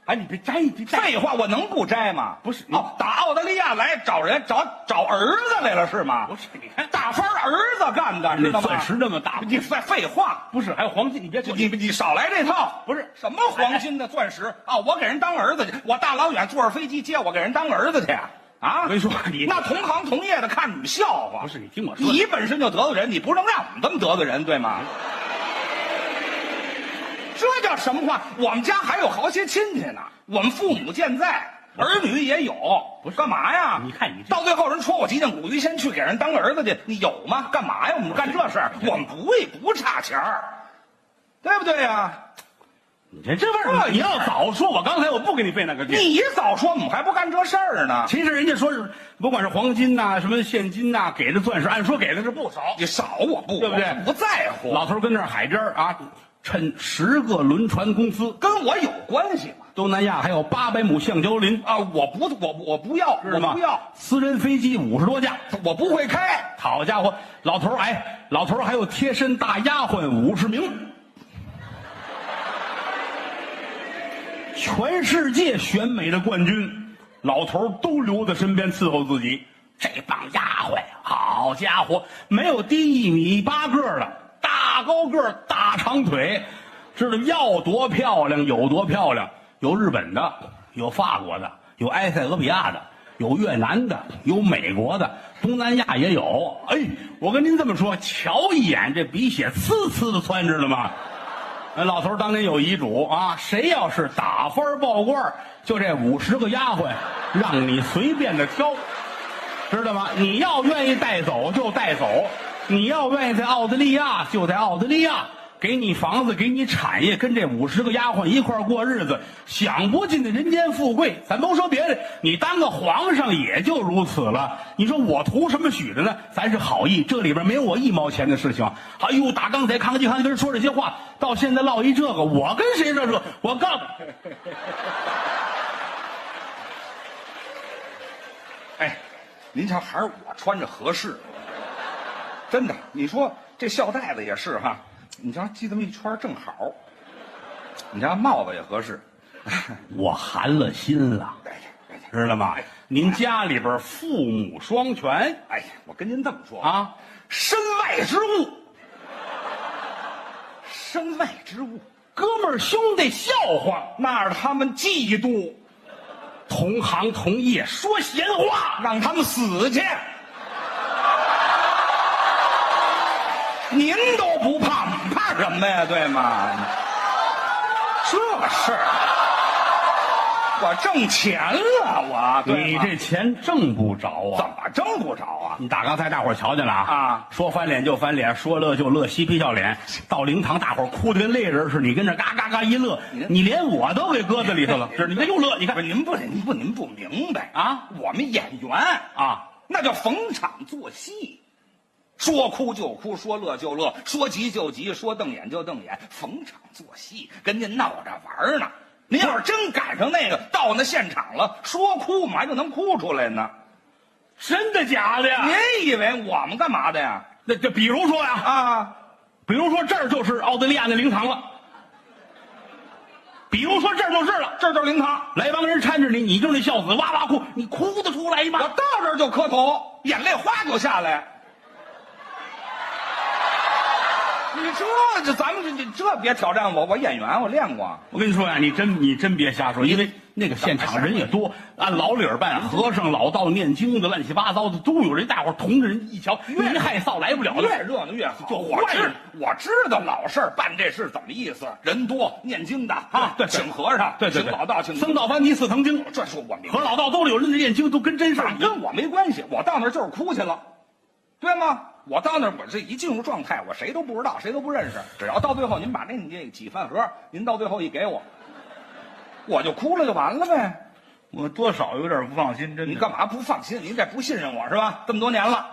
A: 哎，你别摘，你别摘。
B: 废话，我能不摘吗？
A: 不是
B: 哦，打澳大利亚来找人找找儿子来了是吗？
A: 不是你看
B: 打翻儿儿子干的，知
A: 那
B: 道吗
A: 钻？石那么大，
B: 你废废话，
A: 不是还有黄金？你别过去
B: 你你少来这套！
A: 不是
B: 什么黄金的钻石啊，我给人当儿子去，我大老远坐着飞机接我给人当儿子去啊！
A: 我跟你说你
B: 那同行同业的看你们笑话。
A: 不是你听我说，
B: 你本身就得罪人，你不能让我们这么得罪人，对吗？这叫什么话？我们家还有好些亲戚呢，我们父母健在，儿女也有，
A: 不是
B: 干嘛呀？
A: 你看你这
B: 到最后人戳我几斤骨鱼，先去给人当儿子去，你有吗？干嘛呀？我们干这事儿，我们不为不差钱儿，对不对呀、
A: 你这这味儿，你要早说，我刚才我不跟你费那个劲。
B: 你早说，我们还不干这事儿呢。
A: 其实人家说是，不管是黄金呐、什么现金呐、给的钻石，按说给的是不少。
B: 你少我不，
A: 对不对
B: 我不在乎，
A: 老头儿跟那儿海边儿啊，趁十个轮船公司，
B: 跟我有关系吗？
A: 东南亚还有八百亩橡胶林，
B: 啊，我不，我我不要，
A: 知道
B: 我
A: 吗？
B: 不要。
A: 私人飞机五十多架，
B: 我不会开，
A: 好家伙，老头儿哎，老头儿还有贴身大丫鬟五十名，全世界选美的冠军，老头儿都留在身边伺候自己。这帮丫鬟，好家伙，没有低一米八个的，大大高个儿大长腿，知道要多漂亮有多漂亮。有日本的，有法国的，有埃塞俄比亚的，有越南的，有美国的，东南亚也有。哎，我跟您这么说，瞧一眼这鼻血呲呲的窜，知道吗？那呃老头儿当年有遗嘱啊，谁要是打翻儿报官儿，就这五十个丫鬟，让你随便的挑，知道吗？你要愿意带走就带走，你要愿意在澳大利亚就在澳大利亚，给你房子，给你产业，跟这五十个丫鬟一块儿过日子，享不尽的人间富贵。咱甭说别的，你当个皇上也就如此了。你说我图什么许的呢？咱是好意，这里边没有我一毛钱的事情。哎呦，打钢贼、扛个鸡、扛个跟人说这些话，到现在落一这个，我跟谁这说？我告诉你，
B: 哎，您瞧，还是我穿着合适。真的，你说这孝带子也是哈，你瞧系这么一圈儿正好。你瞧帽子也合适。
A: 我寒了心了。
B: 哎呀，哎呀，
A: 知道吗？您家里边父母双全
B: 哎呀，我跟您这么说，
A: 啊，
B: 身外之物，身外之物，
A: 哥们儿兄弟笑话，
B: 那让他们嫉妒，
A: 同行同业说闲话，
B: 让他们死去。您都不怕，你怕什么呀？对吗？这事儿，啊我挣钱了，我对
A: 你
B: 吗
A: 这钱挣不着
B: 怎
A: 啊！
B: 么挣不着啊？
A: 你打刚才大伙儿瞧见了啊！
B: 啊
A: 说翻脸就翻脸，说乐就乐，嬉皮笑 脸。到灵堂，大伙儿哭的跟泪人似的，你跟这嘎嘎嘎一乐，你连我都给搁在里头了。这你看又乐，你看
B: 不是您不您不您不明白
A: 啊！
B: 我们演员
A: 啊，
B: 那叫逢场作戏，说哭就哭，说乐就乐，说急就急，说瞪眼就瞪眼，逢场作戏，跟您闹着玩儿呢。您要是真赶上那个到那现场了，说哭嘛就能哭出来呢。
A: 真的假的呀？
B: 您以为我们干嘛的呀？
A: 那这比如说呀、
B: 啊，
A: 比如说这儿就是澳大利亚那灵堂了，比如说这儿就是了。
B: 这儿就是灵堂，
A: 来帮人搀着你，你就那孝子哇哇哭，你哭得出来
B: 我
A: 吗？
B: 到这儿就磕头，眼泪哗就下来。你这这咱们这这这别挑战我，我演员我练过。
A: 我跟你说呀、你真你真别瞎说，因为那个现场人也多，按老理儿办，和尚、老道、念经的、乱七八糟的都有人，大伙儿同着人一瞧，
B: 越
A: 您害臊来不了了。
B: 越热闹越好。
A: 就
B: 我
A: 坏
B: 知
A: 人
B: 我知道老事儿办这事怎么意思，人多念经的啊，
A: 对对
B: 请和尚，
A: 对对对，
B: 请老道，请
A: 僧道班尼四层经
B: 这说我明
A: 和
B: 白，
A: 老道兜里有人念经，都跟真事儿一样。
B: 跟我没关系，我到那儿就是哭去了，对吗？我到那儿，我这一进入状态，我谁都不知道，谁都不认识。只要到最后，您把那那几饭盒，您到最后一给我，我就哭了，就完了呗。
A: 我多少有点不放心，真
B: 你干嘛不放心？您这不信任我是吧？这么多年了，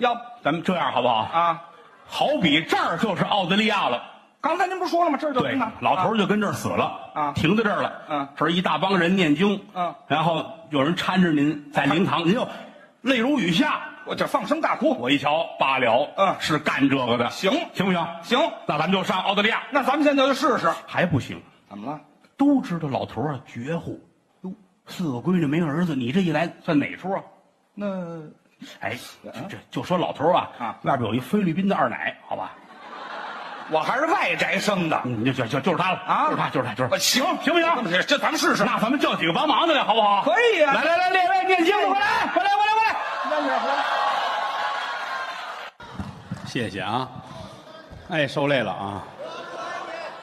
B: 要
A: 咱们这样好不好？
B: 啊，
A: 好比这儿就是澳大利亚了。
B: 刚才您不是说了吗？这儿就
A: 对
B: 灵堂，
A: 老头
B: 啊
A: 儿就跟这儿死了
B: 啊
A: 停在这儿了。
B: 嗯
A: 这儿一大帮人念经，
B: 嗯，
A: 然后有人搀着您在灵堂，您就泪如雨下。
B: 我这放声大哭，
A: 我一瞧，罢了，
B: 嗯
A: 是干这个的，
B: 行
A: 行不行？
B: 行。
A: 那咱们就上澳大利亚，
B: 那咱们现在就试试。
A: 还不行？
B: 怎么了？
A: 都知道老头儿啊绝户，哟，四个闺女没儿子，你这一来算哪出啊？
B: 那
A: 哎，这这就说老头儿啊，
B: 嗯啊
A: 外边有一菲律宾的二奶，好吧？
B: 我还是外宅生的。
A: 嗯，就就就就是他了
B: 啊
A: 就是他，就是他，就是
B: 我
A: 他。
B: 行
A: 行不行
B: 这这咱们试试。
A: 那咱们叫几个帮忙的来，好不好？
B: 可以啊
A: 来来来，列位念经的，快来，快来，快来，快来！谢谢啊，哎，受累了啊，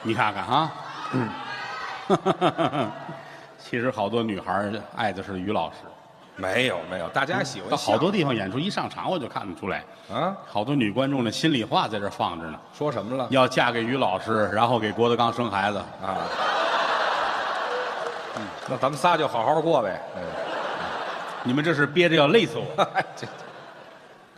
A: 你看看啊，嗯， 其实好多女孩儿爱的是于老师，
C: 没有没有，大
B: 嗯
C: 家喜欢
A: 到
C: 笑
A: 好多地方演出一上场我就看得出来，
C: 啊，
A: 好多女观众的心里话在这儿放着呢，
C: 说什么了
A: 要嫁给于老师，然后给郭德纲生孩子，
C: 啊？嗯那咱们仨就好好过呗。
A: 你们这是憋着要累死我。
C: 哎， 这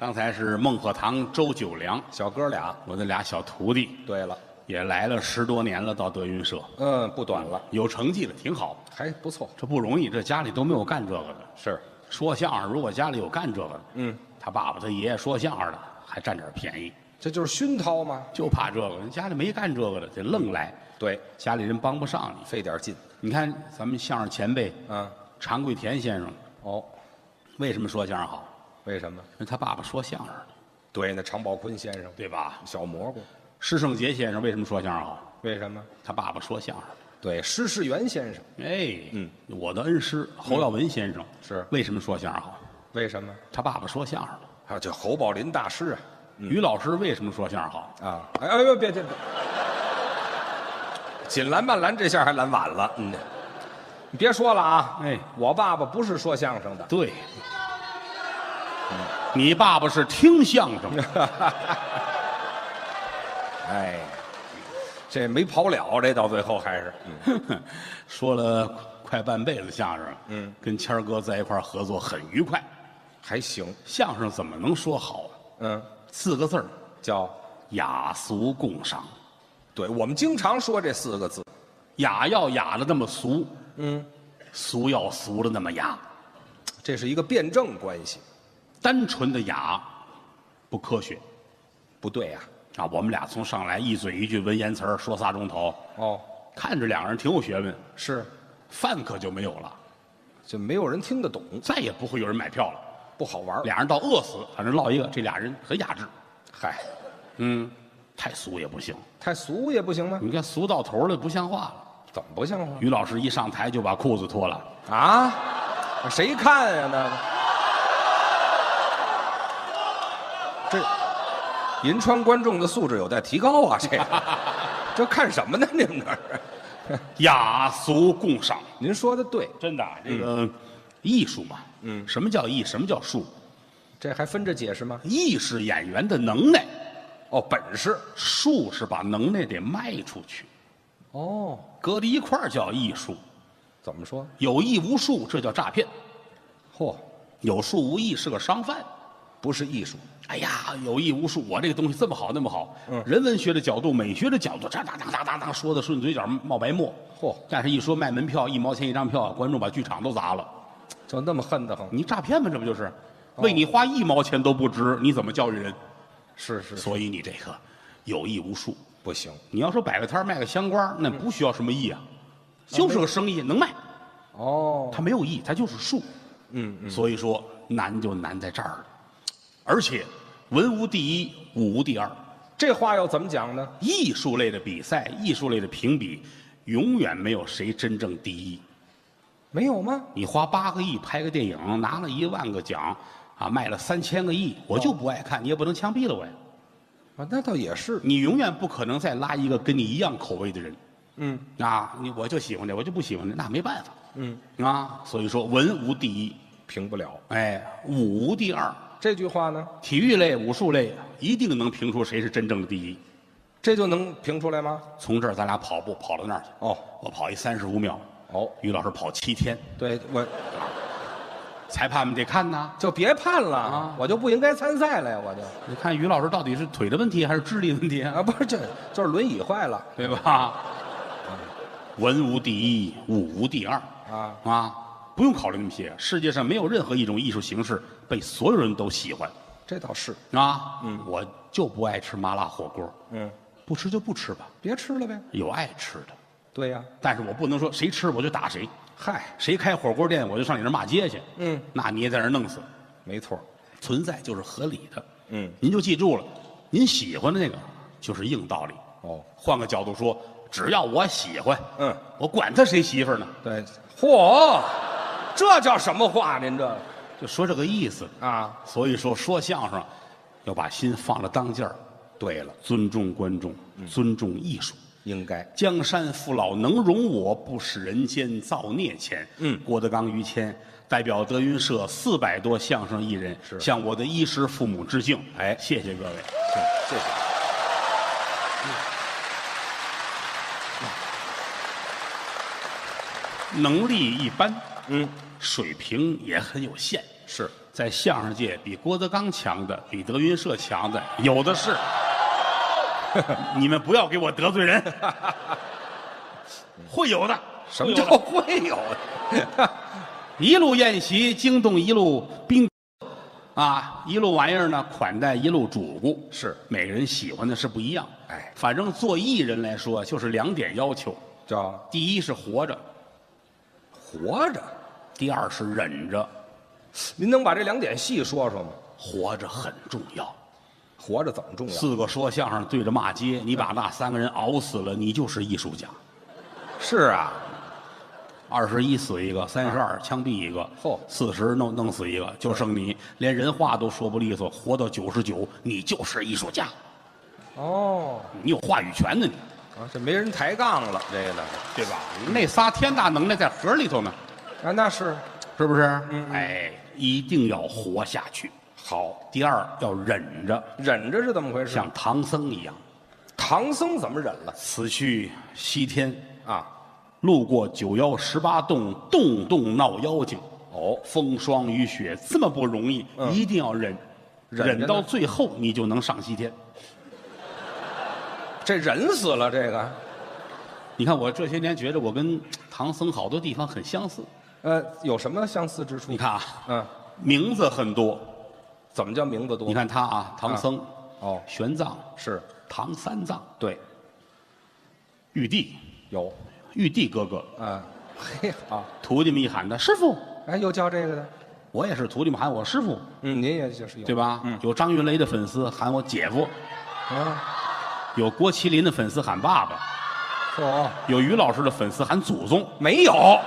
A: 刚才是孟鹤堂、周九良，
C: 小哥俩，
A: 我的俩小徒弟
C: 对了，
A: 也来了十多年了，到德云社
C: 嗯，不短了，
A: 有成绩了，挺好，
C: 还不错。
A: 这不容易，这家里都没有干这个的。
C: 是，
A: 说相声，如果家里有干这个的，
C: 嗯，
A: 他爸爸他爷爷说相声的，还占点便宜，
C: 这就是熏陶嘛。
A: 就怕这个。人家里没干这个的，得愣来，
C: 对，
A: 家里人帮不上你。
C: 费点劲。
A: 你看咱们相声前辈呃
C: 啊，
A: 常贵田先生，
C: 哦，
A: 为什么说相声好？
C: 为什么？
A: 因为他爸爸说相声的，
C: 对，那常宝坤先生，
A: 对吧？
C: 小蘑菇，
A: 施圣杰先生为什么说相声好？
B: 为什么？
A: 他爸爸说相声。
B: 对，施世元先生，
A: 哎，嗯，我的恩师侯耀文先生
B: 是
A: 为什么说相声好？
B: 为什么？
A: 他爸爸说相声。
B: 还啊有这侯宝林大师啊
A: 于老师为什么说相声好？
B: 啊！哎哎呦，别别别！紧拦慢拦，这下还拦晚了。嗯，你别说了啊！
A: 哎
B: 我爸爸不是说相声的，
A: 对，你爸爸是听相声的，
B: 哎，这没跑了，这到最后还是，嗯
A: 说了快半辈子相声，嗯，跟谦儿哥在一块儿合作很愉快。
B: 还行，
A: 相声怎么能说好？啊
B: 嗯，
A: 四个字儿，
B: 叫
A: 雅俗共赏。
B: 对，我们经常说这四个字，
A: 雅要雅的那么俗，
B: 嗯，
A: 俗要俗的那么雅，
B: 这是一个辩证关系，
A: 单纯的雅不科学
B: 不对呀、
A: 啊。我们俩从上来一嘴一句文言词儿说仨钟头，
B: 哦，
A: 看着两个人挺有学问，
B: 是，
A: 饭可就没有了，
B: 就没有人听得懂，
A: 再也不会有人买票了。
B: 不好玩儿。
A: 俩人到饿死，反正落一个，这俩人很雅致。
B: 嗨，
A: 嗯，太俗也不行，
B: 太俗也不行吗？
A: 你看俗到头了，不像话了。
B: 怎么不像话
A: 于老师一上台就把裤子脱了，
B: 啊？谁看呀、那个，这银川观众的素质有待提高啊！这个，这看什么呢？你们这是？
A: 雅俗共赏，
B: 您说的对，
A: 真的啊，这个艺术嘛，嗯，什么叫艺？什么叫术？
B: 这还分着解释吗？
A: 艺是演员的能耐，
B: 哦，本事
A: 术是把能耐得卖出去，
B: 哦，
A: 搁在一块儿叫艺术。
B: 怎么说？
A: 有艺无术，这叫诈骗；
B: 嚯、
A: 有术无艺是个商贩。
B: 不是艺术，
A: 哎呀，有艺无术，我这个东西这么好，那么好。
B: 嗯
A: 人文学的角度，美学的角度，哒哒哒哒哒哒，说的顺嘴角冒白沫。
B: 嚯
A: 但是，一说卖门票一毛钱一张票，观众把剧场都砸了。
B: 就那么恨得很。
A: 你诈骗吗？这不就是？
B: 哦
A: 为你花一毛钱都不值，你怎么教育人？
B: 是是，
A: 所以你这个有艺无术。
B: 不行
A: 你要说摆个摊儿卖个香瓜，那不需要什么艺啊，
B: 嗯
A: 就是个生意，能卖。
B: 哦。
A: 它没有艺，它就是术。
B: 嗯，
A: 所以说难就难在这儿了。而且，文无第一，武无第二。
B: 这话要怎么讲呢？
A: 艺术类的比赛、艺术类的评比，永远没有谁真正第一。
B: 没有吗？
A: 你花八个亿拍个电影，拿了一万个奖，啊，卖了三千个亿，我就不爱看，你也不能枪毙了我呀。
B: 啊，那倒也是。
A: 你永远不可能再拉一个跟你一样口味的人。
B: 嗯，
A: 啊，你我就喜欢这，我就不喜欢这，那没办法。
B: 嗯，
A: 啊，所以说文无第一，
B: 评不了。
A: 哎，武无第二。
B: 这句话呢，
A: 体育类、武术类一定能评出谁是真正的第一。
B: 这就能评出来吗？
A: 从这儿咱俩跑步跑到那儿去，
B: 哦
A: 我跑一三十五秒，
B: 哦，
A: 于老师跑七天，
B: 对我
A: 裁判们得看呐。
B: 就别盼了，
A: 啊
B: 我就不应该参赛了呀，我就
A: 你看于老师到底是腿的问题还是智力问题啊？
B: 啊，不是这就是轮椅坏了
A: 对吧？文无第一，武无第二
B: 啊，
A: 啊！不用考虑那么些，世界上没有任何一种艺术形式被所有人都喜欢
B: 这倒是，
A: 啊。嗯，我就不爱吃麻辣火锅，
B: 嗯，
A: 不吃就不吃吧，
B: 别吃了呗。
A: 有爱吃的。
B: 对呀、
A: 但是我不能说谁吃我就打谁，
B: 嗨，
A: 谁开火锅店我就上你那儿骂街去。
B: 嗯，
A: 那你也在那儿弄死。
B: 没错，
A: 存在就是合理的。
B: 嗯，
A: 您就记住了，您喜欢的那个就是硬道理。
B: 哦，
A: 换个角度说，只要我喜欢，
B: 嗯，
A: 我管他谁媳妇儿呢，
B: 对，嚯，这叫什么话？您这
A: 就说这个意思。
B: 啊，
A: 所以说说相声，要把心放在当劲儿，
B: 对了，嗯
A: 尊重观众，尊重艺术。
B: 应该
A: 江山父老能容我，不使人间造孽钱。嗯，郭德纲、于谦代表德云社四百多相声艺人，
B: 是
A: 向我的衣食父母致敬。
B: 哎
A: 谢谢各位。
B: 是，谢谢。
A: 能力一般，
B: 嗯，
A: 水平也很有限，
B: 是，
A: 在相声界比郭德纲强的，比德云社强的有的是。 你们不要给我得罪人， 会有的。
B: 什
A: 会
B: 么
A: 有
B: 叫
A: 的
B: 会有
A: 一路宴席惊动一路宾客啊，一路玩意儿呢款待一路主顾，
B: 是
A: 每个人喜欢的是不一样。
B: 哎
A: 反正做艺人来说，就是两点要求：
B: 叫
A: 第一是活着，
B: 活着。
A: 第二是忍着。
B: 您能把这两点细说说吗？
A: 活着很重要，
B: 活着怎么重要？
A: 四个说相声对着骂街，你把那三个人熬死了，你就是艺术家。
B: 是啊，
A: 二十一死一个，三十二枪毙一个，
B: 嚯
A: 四十弄弄死一个，就剩你，连人话都说不利索，活到九十九，你就是艺术家，
B: 哦，
A: 你有话语权呢，你
B: 啊，这没人抬杠了，这个呢
A: 对吧？那仨天大能耐在盒里头呢，
B: 啊，那是
A: 是不是？哎，一定要活下去。好，第二要忍着，
B: 忍着是怎么回事？
A: 像唐僧一样。
B: 唐僧怎么忍了
A: 此去西天，
B: 啊？
A: 路过九妖十八洞，洞洞闹妖精。哦，风霜雨雪这么不容易，
B: 嗯
A: 一定要忍，
B: 忍着呢
A: 忍到最后，你就能上西天。
B: 这忍死了，这个
A: 你看我这些年觉得我跟唐僧好多地方很相似。
B: 呃，有什么相似之处？
A: 你，看啊，
B: 嗯，
A: 名字很多。
B: 怎么叫名字多？
A: 你看他啊，唐僧、
B: 哦，
A: 玄奘、
B: 是
A: 唐三藏、
B: 对，
A: 玉帝、
B: 有，
A: 玉帝哥哥，
B: 嗯， 嘿好，
A: 徒弟们一喊他师傅，
B: 哎，又叫这个的，
A: 我也是徒弟们喊我师傅，
B: 嗯，您也就是有
A: 对吧？有张云雷的粉丝喊我姐夫，
B: 啊？
A: 有郭麒麟的粉丝喊爸爸，
B: 嚯，
A: 有于老师的粉丝喊祖宗。
B: 啊没有，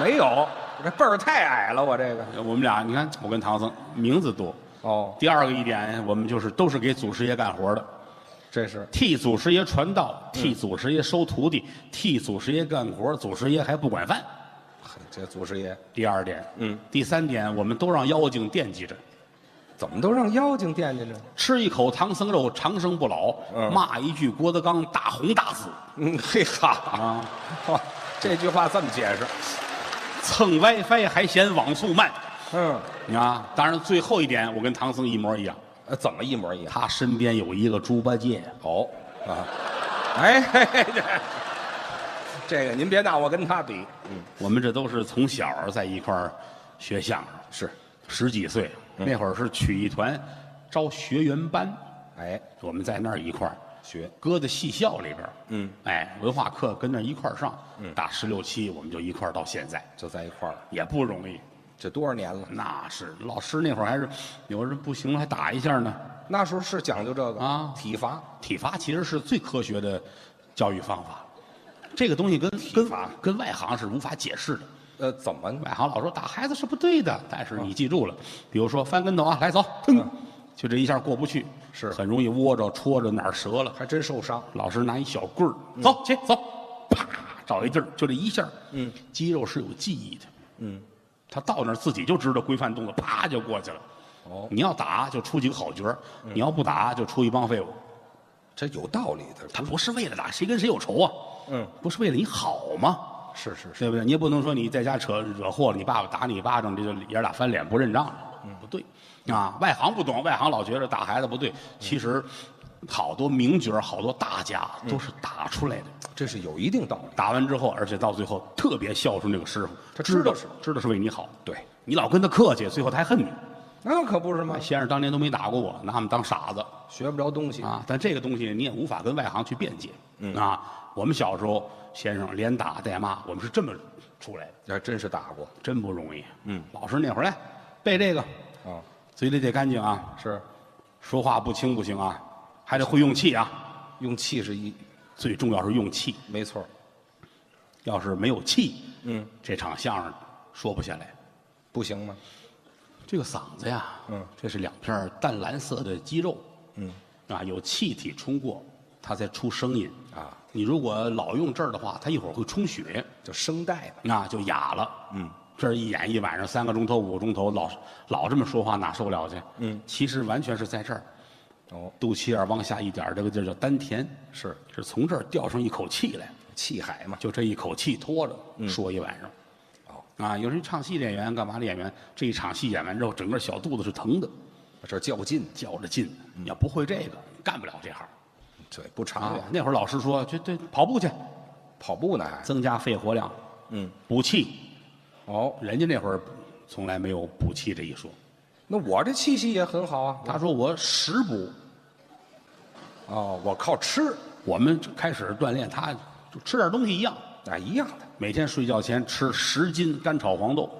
B: 没有，这辈儿太矮了，我这个
A: 我们俩，你看我跟唐僧名字多。
B: 哦，
A: 第二个一点，我们就是都是给祖师爷干活的，
B: 这是
A: 替祖师爷传道，替祖师爷收徒弟，替祖师爷干活，祖师爷还不管饭。
B: 嘿这祖师爷
A: 第二点，
B: 嗯，
A: 第三点，我们都让妖精惦记着，
B: 怎么都让妖精惦记着？
A: 吃一口唐僧肉长生不老，
B: 嗯
A: 骂一句郭德纲大红大紫
B: 嗯，嘿哈，
A: 啊，
B: 哦这句话这么解释，
A: 蹭 WiFi 还嫌网速慢
B: 嗯，
A: 啊。当然，最后一点，我跟唐僧一模一样，
B: 呃怎么一模一样？
A: 他身边有一个猪八戒，
B: 哦，啊，哎， 嘿嘿这这个您别拿我跟他比，嗯，
A: 我们这都是从小在一块儿学相声，
B: 是，
A: 十几岁
B: 嗯
A: 那会儿是曲艺团招学员班，
B: 哎，
A: 我们在那儿一块儿
B: 学
A: 搁在戏校里边儿
B: 嗯，
A: 哎，文化课跟那儿一块儿上，打十六七我们就一块儿到现在，
B: 就在一块儿了，
A: 也不容易。
B: 这多少年了？
A: 那是老师那会儿还是有人不行了还打一下呢。
B: 那时候是讲究这个
A: 啊
B: 体罚，
A: 体罚其实是最科学的教育方法，这个东西跟跟
B: 罚
A: 跟外行是无法解释的。
B: 呃，怎么
A: 外行老说打孩子是不对的，但
B: 嗯
A: 是你记住了，比如说翻跟头啊，来走，腾，就这一下过不去，
B: 是
A: 很容易窝着、戳着哪儿折了。
B: 还真受伤？
A: 老师拿一小棍儿，
B: 嗯
A: 走起走，啪找一地儿，就这一下，嗯，肌肉是有记忆的，
B: 嗯，
A: 他到那儿自己就知道规范动作，啪就过去了。
B: 哦，嗯
A: 你要打就出几个好角儿，你要不打就出一帮废物。
B: 这有道理的，
A: 他不是为了打，谁跟谁有仇啊？
B: 嗯，
A: 不是为了你好吗？
B: 是是是，
A: 对不对？你也不能说你在家扯惹祸了，你爸爸打你一巴掌，这就爷儿俩翻脸不认账了，
B: 嗯
A: 不对啊！外行不懂，外行老觉得打孩子不对，其实好多名角儿、好多大家
B: 嗯
A: 都是打出来的。
B: 这是有一定道理。
A: 打完之后，而且到最后特别孝顺这个师傅，
B: 他
A: 知
B: 知
A: 道
B: 道
A: 是知道是为你好。
B: 对，
A: 你老跟他客气，最后他还恨你。哎
B: 那可不是吗？
A: 先生当年都没打过我，拿我们当傻子。
B: 学不着东西，
A: 啊，但这个东西你也无法跟外行去辩解。嗯啊，我们小时候先生连打带骂，我们是这么出来的，
B: 还真是打过
A: 真不容易。嗯，老师那会儿来背这个，
B: 啊，
A: 嘴里得干净啊，
B: 是
A: 说话不清不行啊，还得会用气啊，
B: 用气是一
A: 最重要是用气。
B: 没错儿，
A: 要是没有气，
B: 嗯，
A: 这场相声说不下来。
B: 不行吗？
A: 这个嗓子呀，
B: 嗯，
A: 这是两片淡蓝色的肌肉，嗯，啊，有气体冲过，它才出声音
B: 啊。
A: 你如果老用这儿的话，它一会儿会充血，
B: 就声带吧，
A: 那就哑了。嗯，这儿一演一晚上三个钟头、五个钟头，老老这么说话哪受了去？嗯，其实完全是在这儿，
B: 哦，
A: 肚脐眼儿往下一点儿，这个地儿叫丹田，
B: 是
A: 是从这儿掉上一口气来，
B: 气海嘛，
A: 就这一口气拖着、说一晚上。
B: 哦，
A: 啊，有人唱戏的演员干嘛的演员，这一场戏演完之后，整个小肚子是疼的，
B: 这较劲，
A: 较着劲。你要不会这个，干不了这行
B: 对，不长
A: 啊
B: 远。。
A: 那会儿老师说，去对跑步去，
B: 跑步呢还，
A: 增加肺活量，
B: 嗯，
A: 补气。
B: 哦，
A: 人家那会儿从来没有补气这一说。
B: 那我这气息也很好啊，
A: 他说我食补，
B: 哦，我靠吃
A: 我们开始锻炼，他就吃点东西一样，
B: 啊一样的，
A: 每天睡觉前吃十斤干炒黄豆，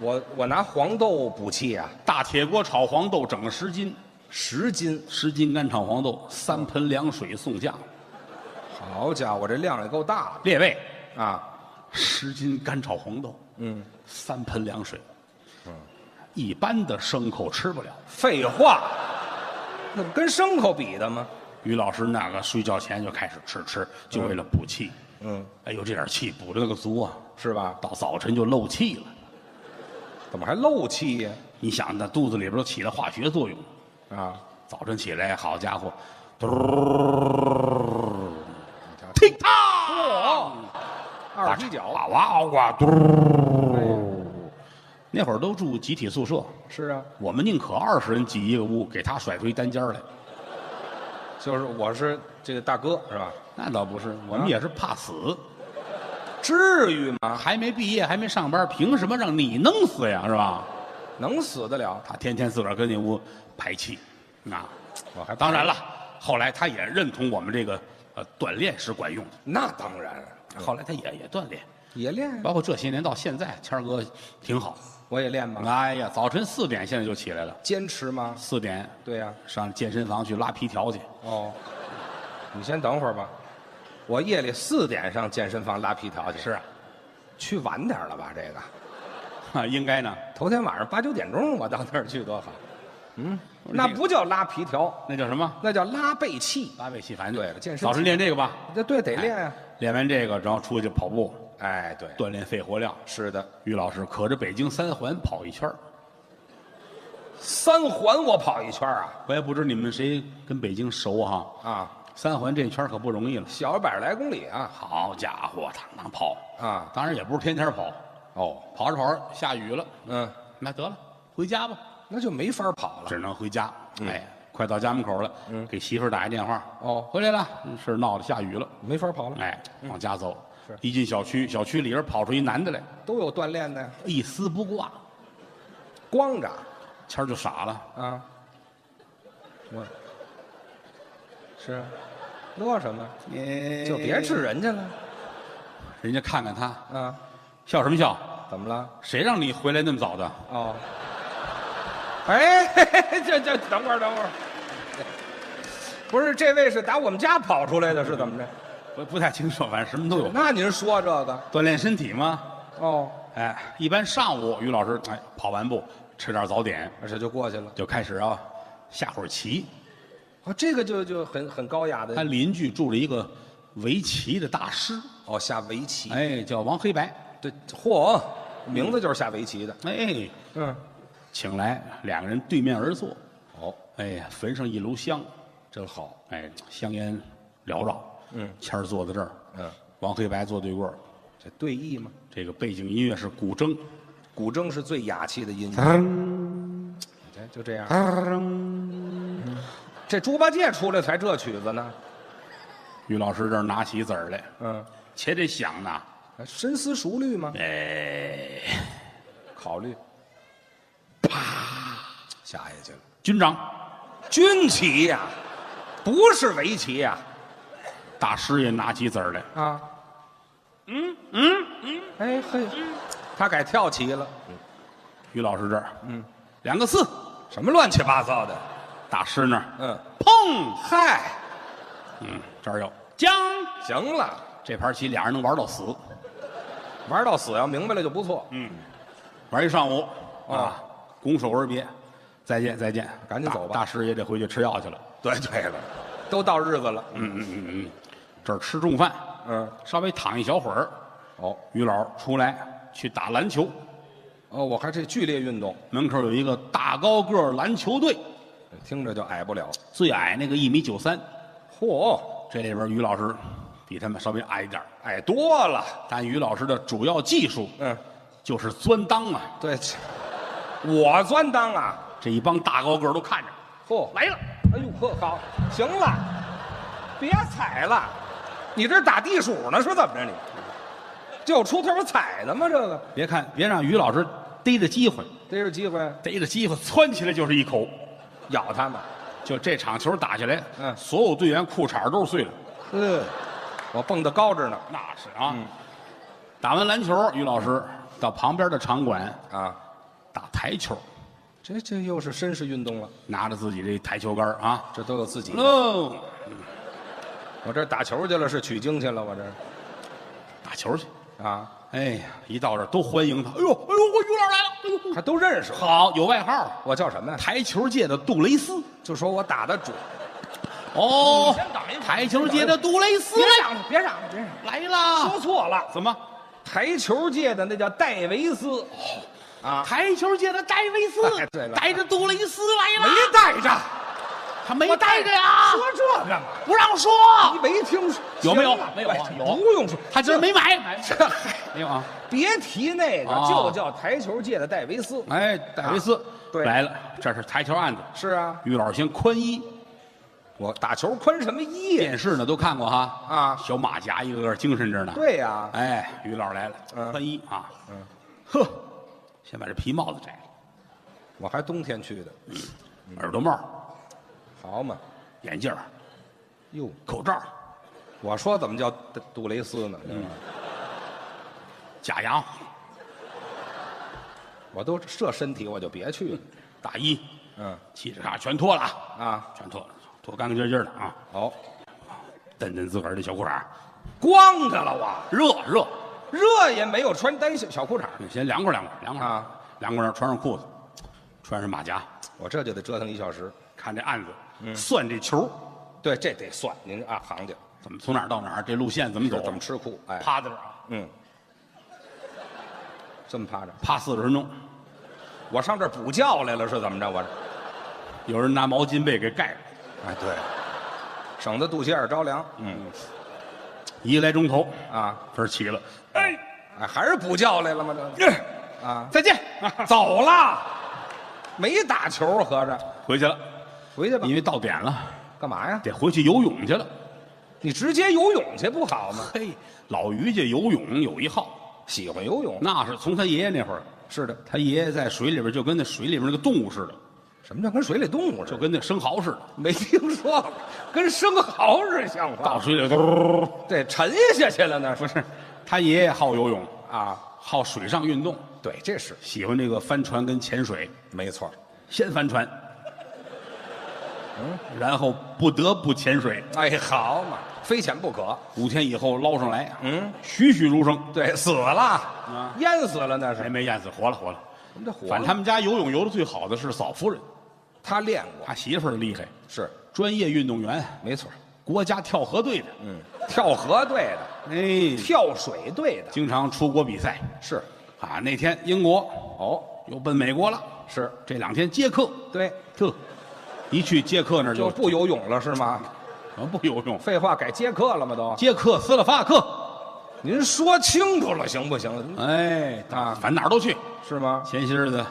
B: 我我拿黄豆补气啊，
A: 大铁锅炒黄豆整个十斤，
B: 十斤，
A: 十斤干炒黄豆，三盆凉水送酱。
B: 好家伙，这量也够大
A: 列位，
B: 的啊！
A: 十斤干炒黄豆，
B: 嗯，
A: 三盆凉水。一般的牲口吃不了。
B: 废话，那不跟牲口比的吗？
A: 于老师那个睡觉前就开始吃吃，就为了补气。
B: 嗯，
A: 哎呦，这点气补的那个足啊，
B: 是吧？
A: 到早晨就漏气了。
B: 怎么还漏气呀、
A: 你想，那肚子里边都起了化学作用，
B: 啊？
A: 早晨起来，好家伙，
B: 啊，
A: 踢踏，
B: 二踢脚
A: 哇哇哇，嘟。哎那会儿都住集体宿舍，
B: 是啊，
A: 我们宁可二十人挤一个屋，给他甩出一单间来。
B: 就是我是这个大哥是吧？
A: 那倒不是，我们也是怕死，
B: 至于吗？
A: 啊还没毕业，还没上班，凭什么让你弄死呀？是吧？
B: 能死得了？
A: 他天天自个儿跟那屋排气，啊，
B: 我还
A: 当然了，后来他也认同我们这个呃锻炼是管用的，
B: 那当然，
A: 后来他也也锻炼，
B: 也练，啊
A: 包括这些年到现在，谦儿哥挺好。
B: 我也练嘛，
A: 哎呀，早晨四点现在就起来了，
B: 坚持吗？
A: 四点
B: 对呀、
A: 上健身房去拉皮条去，
B: 哦，你先等会儿吧，我夜里四点上健身房拉皮条去，
A: 是啊，
B: 去晚点了吧？这个
A: 啊应该呢，
B: 头天晚上八九点钟我到那儿去多好，嗯，那
A: 这个
B: 不叫拉皮条，
A: 那叫什么
B: 那叫拉背气，
A: 拉背气，反正
B: 对了健身
A: 早晨练这个吧，
B: 这对得练呀、
A: 练完这个然后出去跑步，
B: 哎，对，
A: 锻炼肺活量。
B: 是的，
A: 于老师可着北京三环跑一圈儿
B: 三环我跑一圈啊
A: 我也不知你们谁跟北京熟哈、
B: 啊，
A: 三环这圈儿可不容易了。
B: 小百来公里啊，
A: 好家伙，堂堂跑
B: 啊
A: 当然也不是天天跑，
B: 哦，
A: 跑着跑着下雨了，
B: 嗯，
A: 那得了，回家吧，
B: 那就没法跑了。
A: 只能回家。嗯哎，快到家门口了，给媳妇儿打一电话，
B: 哦
A: 回来了，嗯事儿闹的下雨了，
B: 没法跑了，
A: 哎，往家走
B: 是。
A: 一进小区，小区里边跑出一男的来，
B: 都有锻炼的呀，
A: 一丝不挂，
B: 光着
A: 谦儿就傻了。
B: 啊。我是啊乐什么？就别治人家了
A: 人家看看他，
B: 啊？
A: 笑什么笑？
B: 怎么了？
A: 谁让你回来那么早的？
B: 哦，哎， 嘿嘿嘿这这等会儿等会儿，不是这位是打我们家跑出来的，是怎么着？
A: 我不太清楚，反正什么都有。
B: 那您说这个
A: 锻炼身体吗？
B: 哦，
A: 哎，一般上午于老师哎跑完步，吃点早点，
B: 这就过去了。
A: 就开始啊下会儿棋。
B: 哦，这个就就很很高雅
A: 他
B: 的
A: 邻居住了一个围棋的大师，
B: 哦，下围棋。
A: 哎，叫王黑白。
B: 对，嚯，名字就是下围棋的。
A: 哎，
B: 嗯，
A: 请来两个人对面而坐，
B: 哦，
A: 哎呀，焚上一炉香，
B: 真好。
A: 哎，香烟缭绕。
B: 嗯，
A: 谦儿坐在这儿，
B: 嗯，
A: 王黑白坐对过儿，
B: 这对弈嘛，
A: 这个背景音乐是古筝。
B: 古筝是最雅气的音乐。嗯你看，就这样。嗯这猪八戒出来才这曲子呢。
A: 于老师这儿拿起子儿来，
B: 嗯，
A: 且得想呢，
B: 深思熟虑嘛，
A: 哎，
B: 考虑。啪，下下去了。
A: 军长
B: 军棋呀、不是围棋呀、
A: 大师也拿起子儿来，
B: 啊。嗯嗯嗯，哎嘿，他改跳棋了。
A: 于老师这儿，嗯，两个四，
B: 什么乱七八糟的？
A: 大师那儿，
B: 嗯，
A: 砰，
B: 嗨，
A: 嗯，这儿有将，
B: 行了，
A: 这盘棋俩人能玩到死，
B: 玩到死要明白了就不错。嗯，
A: 玩一上午
B: 哦
A: 啊，拱手而别，再见再见，
B: 赶紧走吧
A: 大大师也得回去吃药去了，
B: 对对了，都到日子了。嗯
A: 这儿吃中饭，
B: 嗯，
A: 稍微躺一小会儿，
B: 哦
A: 于老出来去打篮球，
B: 哦，我看这剧烈运动，
A: 门口有一个大高个儿篮球队，
B: 听着就矮不了。
A: 最矮那个一米九三，
B: 嚯，
A: 这里边于老师比他们稍微矮一点儿
B: 矮多了。
A: 但于老师的主要技术
B: 嗯，
A: 就是钻裆啊，
B: 对， 切我钻裆啊。
A: 这一帮大高个儿都看着
B: 嚯，
A: 来了，
B: 哎呦呵，好，行了，别踩了，你这打地鼠呢是怎么着你？这有出头踩的吗？这个
A: 别看别让于老师逮着机会，
B: 逮着机会
A: 逮着机会窜起来就是一口，
B: 咬他们。
A: 就这场球打下来，
B: 嗯
A: 所有队员裤衩都是碎了，
B: 嗯，我蹦得高着呢。
A: 嗯那是啊。打完篮球，于老师到旁边的场馆
B: 啊，
A: 台球，
B: 这这又是绅士运动了，
A: 拿着自己这台球杆儿啊，
B: 这都有自己的。
A: 喽，
B: 我这打球去了，是取经去了，我这
A: 打球去。
B: 啊，
A: 哎呀，一到这儿都欢迎他。哎呦，哎呦，我于老来了。哎呦，
B: 还都认识我。
A: 好，有外号，
B: 我叫什么呀？
A: 台球界的杜蕾斯。
B: 就说我打的准。
A: 哦
D: 你先等一会，儿
A: 台球界的杜蕾斯
B: 别嚷了，别嚷了，别嚷了，
A: 来啦
B: 说！错了。
A: 怎么？
B: 啊台球界的那叫戴维斯，啊，
A: 台球界的戴维斯
B: 哎对了
A: 带着杜蕾斯来
B: 没
A: 了，
B: 带着，
A: 他没
B: 我
A: 哎带着呀，
B: 说这干嘛？
A: 不让说，
B: 你没听说？
A: 有没有
B: 行了
A: 没有啊
B: 哎
A: 有
B: 不用说，
A: 他真没买，买
B: 这嗨
A: 没有啊？
B: 别提那个，
A: 哦
B: 就叫台球界的戴维斯。
A: 哎，戴维斯
B: 对
A: 来了，这是台球案子。
B: 是啊，
A: 于老师先宽衣，
B: 我打球宽什么衣呀？
A: 电视呢都看过哈
B: 啊
A: 小马甲一个个精神着呢。
B: 对呀，
A: 哎，于老师来了，
B: 嗯
A: 宽衣啊，
B: 嗯，
A: 呵，先把这皮帽子摘了，
B: 我还冬天去的，
A: 耳朵帽、
B: 好嘛，
A: 眼镜儿、
B: 哟，
A: 口罩、
B: 我说怎么叫杜杜蕾斯呢？
A: 假洋、
B: 我都这身体我就别去了。
A: 大衣，
B: 嗯
A: 气质卡全脱了啊，
B: 啊，
A: 全脱了，脱干干净净的啊，
B: 好，
A: 蹬蹬自个儿的小裤衩儿，
B: 光着了我，
A: 热热，
B: 热也没有穿单小小裤衩，
A: 先凉快凉快凉快
B: 啊，
A: 凉快凉，穿上裤子，穿上马甲，
B: 我这就得折腾一小时。
A: 看这案子，算这球
B: 对，这得算您是按行家，
A: 怎么从哪儿到哪儿，这路线怎么走，
B: 怎么吃苦？哎，
A: 趴在这儿啊，
B: 嗯，这么趴着，
A: 趴四十分钟，
B: 我上这儿补觉来了是怎么着？我这，
A: 有人拿毛巾被给盖了，
B: 哎，对，省得肚脐眼儿着凉。嗯
A: 一个来钟头，
B: 啊，
A: 这儿起了，哎，
B: 哎，还是补觉来了吗？这啊，
A: 再见，
B: 走了，没打球，合着
A: 回去了，
B: 回去吧
A: 因。为到点了，
B: 干嘛呀？
A: 得回去游泳去了。
B: 你直接游泳去不好吗？
A: 嘿，老于家游泳有一号，
B: 喜欢游泳，
A: 那是从他爷爷那会儿，
B: 是的。
A: 他爷爷在水里边就跟那水里边那个动物似的，
B: 什么叫跟水里动物似
A: 就
B: 的？
A: 跟那生蚝似的，
B: 没听说过，跟生蚝似的，像
A: 到
B: 话？
A: 水里头。
B: 对，沉下去了呢，不是？
A: 他爷爷好游泳，
B: 啊，
A: 好水上运动，
B: 对，这是
A: 喜欢这个帆船跟潜水。
B: 没错。
A: 先帆船，然后不得不潜水，
B: 哎，好嘛，非潜不可。
A: 五天以后捞上来，嗯，栩栩如生。
B: 对，死了，淹死了那
A: 谁
B: 是。
A: 没淹死？活了活了。
B: 我们这火
A: 反正他们家游泳游的最好的是嫂夫人，
B: 他练过，
A: 他媳妇儿厉害，
B: 是
A: 专业运动员，
B: 没错。
A: 国家跳河队的，
B: 嗯，跳河队的，
A: 哎，
B: 跳水队的，
A: 经常出国比赛。
B: 是
A: 啊，那天英国
B: 哦，
A: 又奔美国了，
B: 是
A: 这两天捷克，
B: 对，
A: 呵，一去捷克那儿
B: 就
A: 就
B: 不游泳了是吗？
A: 啊不游泳，
B: 废话，改接客了吗？都，
A: 捷克斯洛伐克，
B: 您说清楚了行不行？
A: 哎，
B: 啊
A: 反正哪儿都去。
B: 是吗？
A: 前些日子，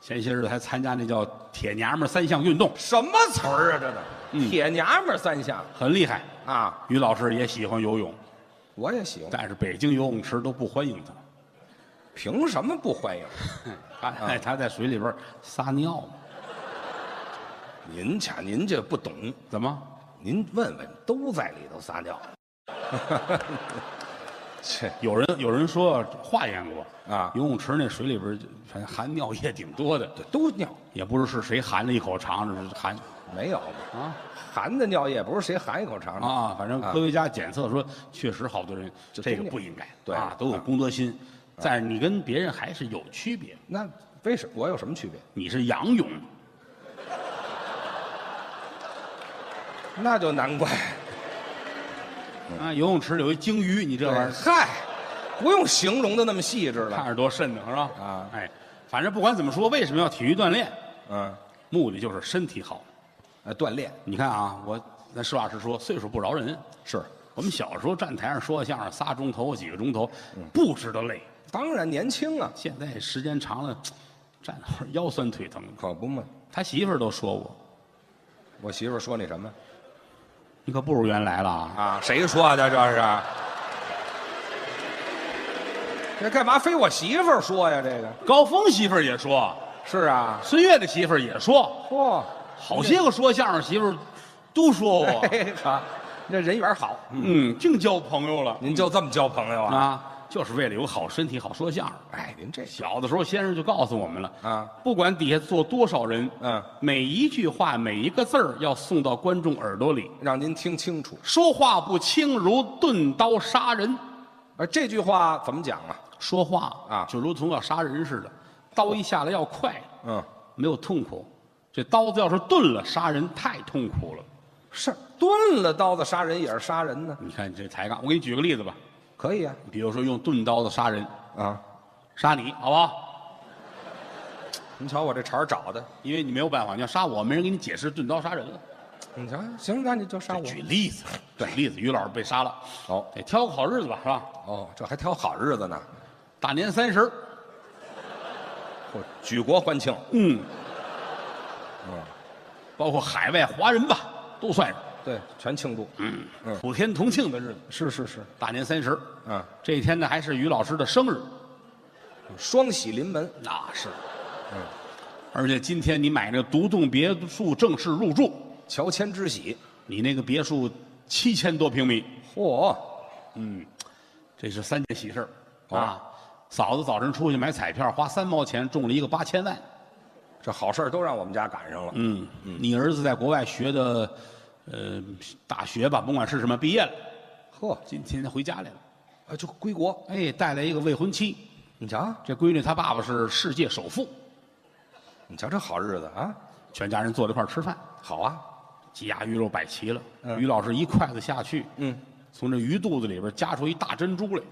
A: 前些日子还参加那叫铁娘们儿三项运动，
B: 什么词儿啊？这都铁娘们儿三项
A: 很厉害。
B: 啊！
A: 于老师也喜欢游泳，
B: 我也喜欢，
A: 但是北京游泳池都不欢迎他。
B: 凭什么不欢迎？
A: 他
B: 啊
A: 哎，他在水里边撒尿嘛？
B: 您瞧，您这不懂，
A: 怎么？
B: 您问问，都在里头撒尿。 切，
A: 有人有人说化验过
B: 啊
A: 游泳池那水里边反正含尿液挺多的，
B: 这都尿
A: 也不知是谁含了一口尝着含
B: 没有？
A: 啊
B: 含的尿液不是谁含一口尝尝
A: 啊，反正科学家检测说，确实好多人
B: 这
A: 这
B: 都
A: 个
B: 有
A: 不应该，
B: 对
A: 啊，都有公德心。但是你跟别人还是有区别，
B: 那为什我有什么区别？
A: 你是仰泳，
B: 那就难 怪。
A: 啊，游泳池里有一鲸鱼，你这玩意儿
B: 嗨，不用形容的那么细致
A: 看
B: 了。
A: 着多瘆得慌，是吧？
B: 啊
A: 哎，反正不管怎么说，为什么要体育锻炼？
B: 嗯，
A: 目的就是身体好。
B: 呃，锻炼
A: 你看啊，我咱实话实说，岁数不饶人。
B: 是，
A: 我们小时候站台上说相声，仨钟头几个钟头，不知道累。
B: 当然年轻啊，
A: 现在时间长了，站会儿腰酸腿疼。
B: 可不嘛。
A: 他媳妇儿都说我，
B: 我媳妇儿说你什么
A: 你可不如原来了啊！
B: 啊？谁说的这是？啊这干嘛非我媳妇儿说呀？这个
A: 高峰媳妇儿也说，
B: 是啊，
A: 孙越的媳妇儿也说，
B: 嚯、
A: 好些个说相声媳妇儿都 说我，
B: 哎嘿，好，这人缘好，
A: 嗯，净交朋友了
B: 您就这么交朋友啊？
A: 啊！就是为了有好身体好说相声。
B: 哎，您这
A: 小的时候，先生就告诉我们了
B: 啊，
A: 不管底下坐多少人，
B: 嗯
A: 每一句话、每一个字儿要送到观众耳朵里，
B: 让您听清楚。
A: 说话不清如钝刀杀人，
B: 而这句话怎么讲啊？
A: 说话
B: 啊
A: 就如同要杀人似的，刀一下来要快，
B: 嗯，
A: 没有痛苦。这刀子要是钝了，杀人太痛苦了。
B: 是钝了刀子杀人也是杀人呢，
A: 你看你这抬杠，我给你举个例子吧，
B: 可以啊
A: 比如说用钝刀子杀人，
B: 啊！
A: 杀你好不好？
B: 您瞧我这茬儿找的，
A: 因为你没有办法，你要杀我，没人给你解释钝刀杀人了。
B: 你瞧，行，那你就杀我。
A: 举例子， 举例子，于老师被杀了，
B: 哦
A: 得挑个好日子吧，是吧？
B: 哦，这还挑好日子呢，
A: 大年三十儿，
B: 我举国欢庆。
A: 嗯，包括海外华人吧，都算上，
B: 对，全庆祝。
A: 嗯
B: 嗯，
A: 普天同庆的日子，
B: 是是是，
A: 大年三十儿，
B: 嗯，
A: 这一天呢还是于老师的生日，
B: 双喜临门。
A: 那是，嗯，而且今天你买那独栋别墅正式入住，
B: 乔迁之喜。
A: 你那个别墅七千多平米，
B: 嚯、
A: 这是三件喜事儿、
B: 哦
A: 啊。嫂子早晨出去买彩票，花三毛钱中了一个八千万。
B: 这好事儿都让我们家赶上了。
A: 嗯，你儿子在国外学的，呃，大学吧，甭管是什么，毕业了，
B: 呵，
A: 今天回家来了。
B: 啊，就归国。
A: 哎，带来一个未婚妻，
B: 你瞧，
A: 这闺女她爸爸是世界首富，
B: 你瞧这好日子啊，
A: 全家人坐在一块儿吃饭，
B: 好啊。
A: 鸡鸭鱼肉摆齐了。
B: 嗯
A: 于老师一筷子下去，
B: 嗯，
A: 从这鱼肚子里边夹出一大珍珠来。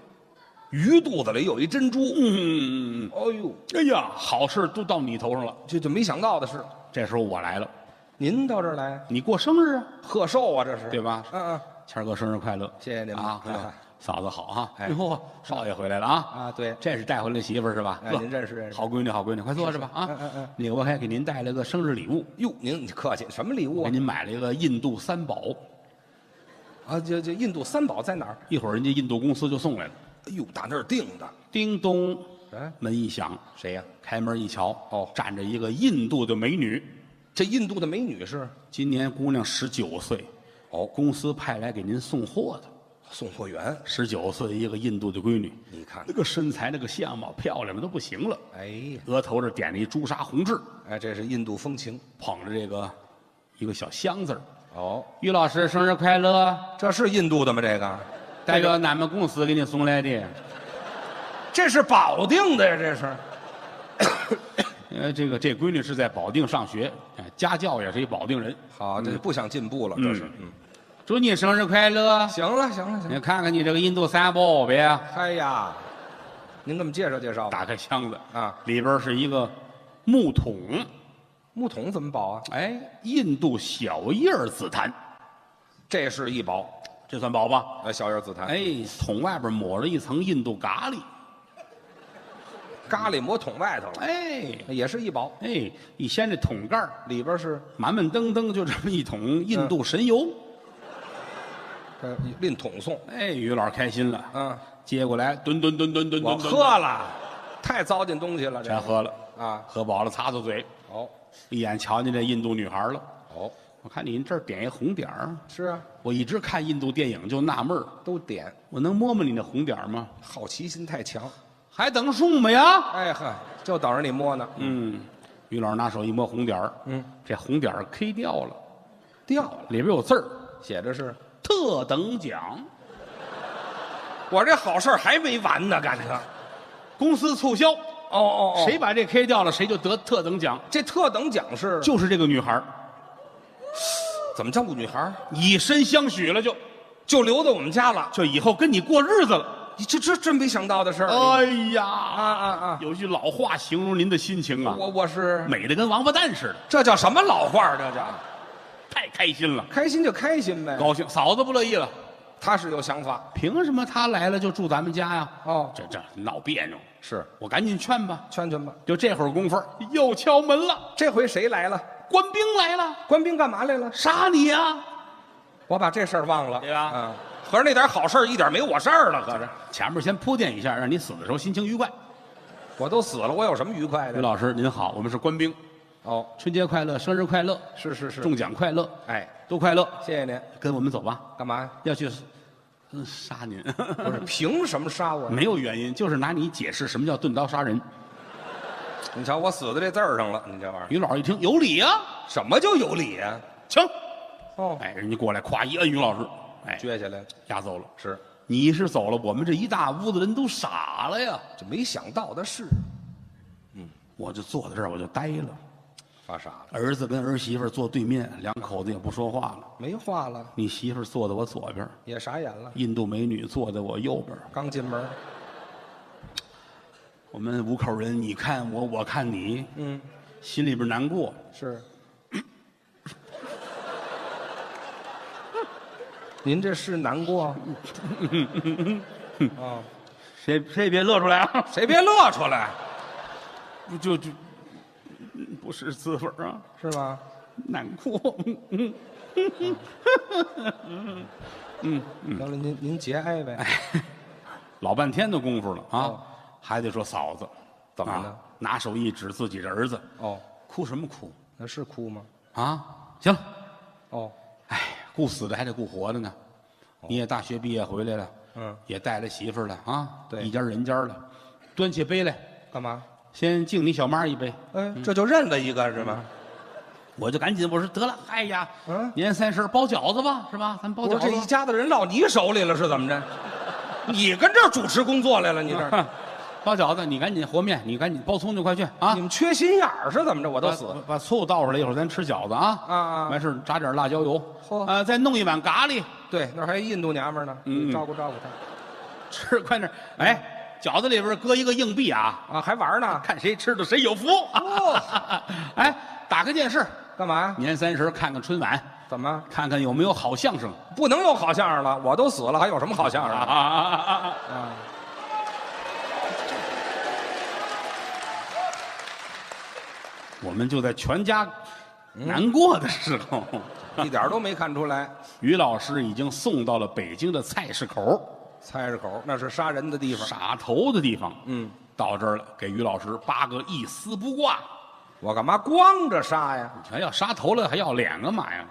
B: 鱼肚子里有一珍珠。
A: 嗯，
B: 哎呦，
A: 哎呀，好事都到你头上了。
B: 这就没想到的是，
A: 这时候我来了，
B: 您到这儿来
A: 你过生日啊，
B: 贺寿啊，这是
A: 对？吧？
B: 嗯嗯，
A: 谦儿哥生日快乐，
B: 谢谢您
A: 啊！
B: 嗯
A: 哎嫂子好啊！
B: 哎
A: 哎呦，少爷回来了啊！
B: 啊对
A: 这是带回来媳妇儿是吧？
B: 哎
A: 呵
B: 您认识认识
A: 好闺女，好闺女，快坐着吧啊！
B: 嗯嗯嗯
A: 那个我还给您带了个生日礼物，
B: 哟，您你客气，什么礼物
A: 给
B: 啊？
A: 您买了一个印度三宝，
B: 啊，这这印度三宝在哪儿？
A: 一会儿人家印度公司就送来了。
B: 哎呦，打那儿订的。
A: 叮咚，
B: 哎，
A: 门一响，
B: 谁呀、
A: 开门一瞧，
B: 哦
A: 站着一个印度的美女，
B: 这印度的美女是
A: 今年姑娘十九岁，
B: 哦
A: 公司派来给您送货的。
B: 送货员。
A: 十九岁一个印度的闺女，
B: 你看
A: 那，个身材，那个相貌，漂亮的都不行了。
B: 哎呀，
A: 额头这点了一朱砂红痣，
B: 哎，这是印度风情。
A: 捧着这个一个小箱子儿。
B: 哦，
A: 于老师生日快乐！
B: 这是印度的吗？这个，
A: 代表俺们公司给你送来的，
B: 这是保定的呀，这是。
A: 呃，这个这闺女是在保定上学，哎家教也是一保定人。
B: 好，
A: 嗯
B: 这不想进步了，这是。嗯，
A: 祝你生日快乐！
B: 行了，行了，行
A: 你
B: 了。
A: 看看你这个印度三宝呗。
B: 哎呀，您给我们介绍介绍吧。
A: 打开箱子
B: 啊，
A: 里边是一个木桶，
B: 木桶怎么保啊？
A: 哎，印度小叶儿紫檀，
B: 这是一保，
A: 这算宝吧？
B: 呃，小叶紫檀。，
A: 哦哎，桶外边抹了一层印度咖喱，
B: 咖喱抹桶外头了，
A: 哎
B: 也是一保，
A: 哎，一掀这桶盖儿
B: 里边是
A: 满满登登就这么一桶印度神油，
B: 呃拎桶送。
A: 哎，于老师开心了，
B: 嗯，
A: 接过来，吨吨吨吨吨
B: 我
A: 吨，
B: 喝了，太糟践东西了，这
A: 全喝了，
B: 啊。
A: 喝饱了擦擦嘴，
B: 哦，
A: 一眼瞧见这印度女孩了，
B: 哦，
A: 我看你这儿点一红点儿，
B: 是啊，
A: 我一直看印度电影就纳闷儿，
B: 都点，
A: 我能摸摸你那红点儿吗？
B: 好奇心太强。
A: 还等什么呀？
B: 哎呵，就等着你摸呢。
A: 嗯，于老师拿手一摸红点儿，
B: 嗯，
A: 这红点儿 K 掉了，
B: 掉了，
A: 里边有字儿，
B: 写着是
A: 特等奖，
B: 我这好事儿还没完呢，赶上。
A: 公司促销，
B: 哦哦哦，
A: 谁把这 K 掉了，谁就得特等奖。
B: 这特等奖是
A: 就是这个女孩儿，
B: 怎么照顾女孩儿？
A: 以身相许了就，就
B: 就留在我们家了。
A: 以后跟你过日子了。
B: 这这真没想到的事儿。
A: 哎呀，
B: 啊啊啊！
A: 有句老话形容您的心情啊，
B: 我我是
A: 美的跟王八蛋似的，
B: 这叫什么老话儿？这叫
A: 太开心了，
B: 开心就开心呗。
A: 高兴。嫂子不乐意了，
B: 他是有想法
A: 凭什么她来了就住咱们家呀？
B: 哦，
A: 这这闹别扭，
B: 是
A: 我赶紧劝吧。
B: 圈圈吧。
A: 就这会儿功夫儿，又敲门了，
B: 这回谁来了？
A: 官兵来了，
B: 官兵干嘛来了？
A: 杀你呀、
B: 我把这事儿忘了，
A: 对吧
B: 嗯，合着那点好事儿一点没我事儿了，合着
A: 前面先铺垫一下，让你死的时候心情愉快。
B: 我都死了，我有什么愉快
A: 于
B: 的？
A: 老师您好，我们是官兵，
B: 哦，
A: 春节快乐，生日快乐，
B: 是是是，
A: 中奖快乐，
B: 哎，
A: 都快乐，
B: 谢谢您，
A: 跟我们走吧，
B: 干嘛呀？
A: 要去真杀您，
B: 不是凭什么杀我呀？
A: 没有原因，就是拿你解释什么叫钝刀杀人。
B: 你瞧我死在这字儿上了，你这玩意儿
A: 于老师一听有理啊，
B: 什么叫有理啊呀、
A: 请，
B: 哦，
A: 哎，人家过来咵一摁于老师，哎，
B: 撅下来了，
A: 押走了。
B: 是，
A: 你是走了，我们这一大屋子人都傻了呀。
B: 这没想到的事，
A: 我就坐在这儿，我就呆了。
B: 发傻了，
A: 儿子跟儿媳妇儿坐对面，两口子也不说话了。
B: 没话了，
A: 你媳妇儿坐在我左边，
B: 也傻眼了，
A: 印度美女坐在我右边。
B: 刚进门，
A: 我们五口人，你看我，我看你，
B: 嗯，
A: 心里边难过。
B: 是。 您这是难过？ 啊、哦，
A: 谁谁也别乐出来啊！
B: 谁别乐出来，
A: 不就就不是滋味儿啊，
B: 是吗？
A: 难过。
B: 行了，您您节哀呗。
A: 老半天的功夫了
B: 哦
A: 啊，还得说嫂子，
B: 怎么了
A: 啊拿手一指自己的儿子，
B: 哦，
A: 哭什么哭
B: 那是哭吗？
A: 啊？行了。
B: 哦，
A: 哎，顾死的还得顾活的呢。你也大学毕业回来了，
B: 嗯，
A: 也带了媳妇儿了啊，
B: 对
A: 一家人家了。端起杯来，
B: 嗯干嘛？
A: 先敬你小妈一杯。
B: 哎，这就认了一个是吗？
A: 我就赶紧我说得了，哎呀，
B: 嗯
A: 年三十儿包饺子吧，是吧？咱包
B: 我
A: 饺
B: 说
A: 子
B: 这
A: 吧。
B: 一家子人落你手里了是怎么着？你跟这儿主持工作来了？你这 儿
A: 包饺子，你赶紧和面，你赶紧包葱就快去啊
B: 你！们缺心眼儿是怎么啊着？我都
A: 把
B: 死。
A: 把醋倒出来，一会儿咱吃饺子啊！
B: 啊啊
A: 完事儿炸点辣椒油，
B: 嚯
A: 啊，再弄一碗咖喱，
B: 对，那儿还有印度娘们儿呢，
A: 嗯
B: 你照顾照顾她
A: 吃快点儿。哎，饺子里边儿搁一个硬币啊，
B: 啊，还玩呢？
A: 看谁吃的谁有福。
B: 哦
A: 哎，打开电视，
B: 干嘛？
A: 年三十看看春晚，
B: 怎么
A: 看看有没有好相声
B: 不能有好相声了？我都死了，还有什么好相
A: 啊
B: 声
A: 啊
B: 啊？
A: 啊啊啊！
B: 啊
A: 我们就在全家
B: 嗯
A: 难过的时候，
B: 一点儿都没看出来，
A: 于老师已经送到了北京的菜市口
B: 猜着口，那是杀人的地方。
A: 杀头的地方。
B: 嗯，
A: 到这儿了，给于老师八个一丝不挂。
B: 我干嘛光着杀呀？
A: 还要杀头了，还要脸干嘛呀？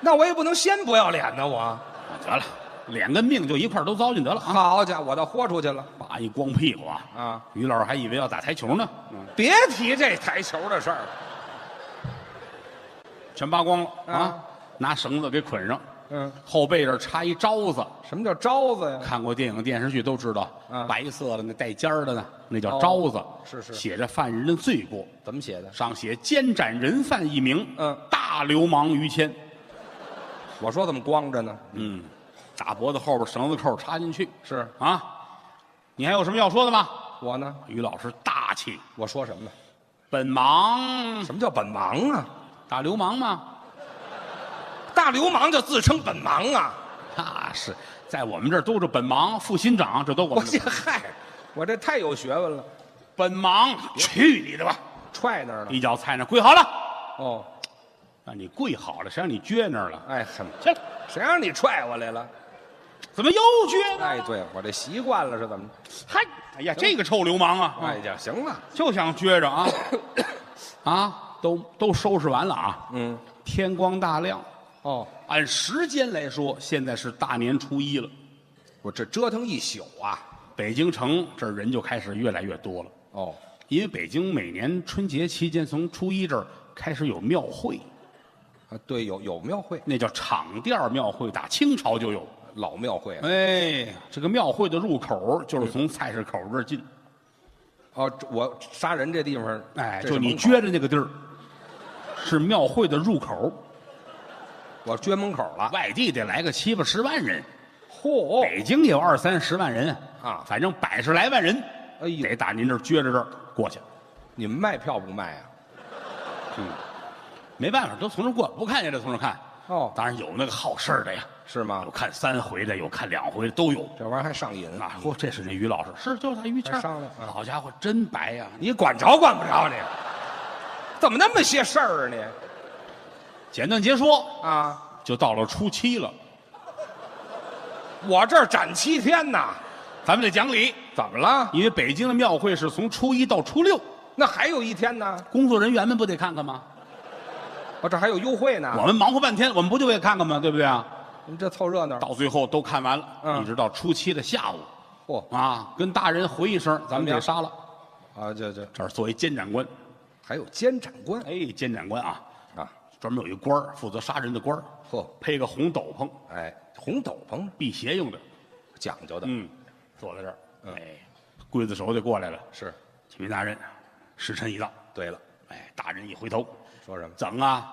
B: 那我也不能先不要脸呢，我
A: 啊得了，脸跟命就一块儿都糟践得了啊！
B: 好家伙，我倒豁出去了
A: 扒一光屁股啊！
B: 啊！
A: 于老师还以为要打台球呢，
B: 别提这台球的事儿了。
A: 全扒光了啊
B: 啊！
A: 拿绳子给捆上，
B: 嗯，
A: 后背这儿插一招子，
B: 什么叫招子呀？
A: 看过电影电视剧都知道，
B: 嗯
A: 白色的那带尖儿的呢，那叫招子，
B: 哦是是
A: 写着犯人的罪过，
B: 怎么写的？
A: 上写监斩人犯一名，
B: 嗯
A: 大流氓于谦，
B: 我说怎么光着呢？
A: 嗯，大脖子后边绳子扣插进去，
B: 是
A: 啊，你还有什么要说的吗？
B: 我呢？
A: 于老师大气，
B: 我说什么呢？
A: 本忙
B: 什么叫本忙啊？
A: 大流氓吗？
B: 大流氓就自称本忙啊！
A: 那是在我们这儿都是本忙、副新长，这都我
B: 我
A: 们
B: 这
A: 这
B: 嗨，我这太有学问了，
A: 本忙，去你的吧！
B: 踹那儿了。
A: 一脚踩那儿跪好了，
B: 哦，
A: 让你跪好了，谁让你撅那儿了？
B: 哎，什么？
A: 去，
B: 谁让你踹我来了？
A: 怎么又撅呢？
B: 哎，对我这习惯了是怎么着？
A: 嗨，哎呀，这个臭流氓啊，
B: 哎呀，行了，
A: 就想撅着 啊，啊，都都收拾完了啊，
B: 嗯，
A: 天光大亮，
B: 哦，
A: 按时间来说，现在是大年初一了，
B: 我这折腾一宿啊。
A: 北京城这儿人就开始越来越多了，
B: 哦，
A: 因为北京每年春节期间，从初一这儿开始有庙会，
B: 啊，对，有有庙会，
A: 那叫场店儿庙会，打清朝就有。
B: 老庙会啊。
A: 哎，这个庙会的入口就是从菜市口这儿进，
B: 哦，这我杀人这地方，
A: 哎，
B: 这是
A: 就你
B: 门口
A: 撅着那个地儿，是庙会的入口。
B: 我撅门口了。
A: 外地得来个七八十万人，
B: 嚯
A: 北京也有二三十万人
B: 哦啊
A: 反正百十来万人，
B: 哎呦
A: 得打您这儿撅着这儿过去，
B: 你们卖票不卖啊？
A: 没办法，都从这儿过，不看也得从这儿看。
B: 哦
A: 当然有那个好事儿的呀，
B: 是吗
A: 有？看三回的，有看两回的，都有。
B: 这玩意儿还上瘾
A: 啊，嚯，这是那于老师，是就是他于谦儿
B: 还商量啊
A: 好家伙，真白呀！
B: 你管着管不着你？怎么那么些事儿呢？
A: 简短截说，
B: 啊，
A: 就到了初七了，
B: 我这儿展七天呐，
A: 咱们得讲理，
B: 怎么了？
A: 因为北京的庙会是从初一到初六，
B: 那还有一天呢，哦
A: 工作人员们不得看看吗？
B: 我这还有优惠呢。
A: 我们忙活半天，我们不就为看看吗？对不对啊？
C: 你们这凑热闹，
A: 到最后都看完了，
C: 嗯
A: 一直到初七的下午，
C: 嚯
A: 啊，跟大人回一声，咱
C: 怎
A: 们
C: 么样
A: 给杀了。
C: 啊，这这
A: 这儿作为监斩官，
C: 还有监斩官
A: 哎，监斩官啊，
C: 啊，
A: 专门有一官儿负责杀人的官儿
C: 嚯
A: 披个红斗篷，
C: 哎，红斗篷
A: 辟邪用的，
C: 讲究的，嗯
A: 嗯，坐在这儿，哎，刽子手就过来了，
C: 是，
A: 启明大人，时辰已到，
C: 对了，
A: 哎，大人一回头，
C: 说什么
A: 整啊，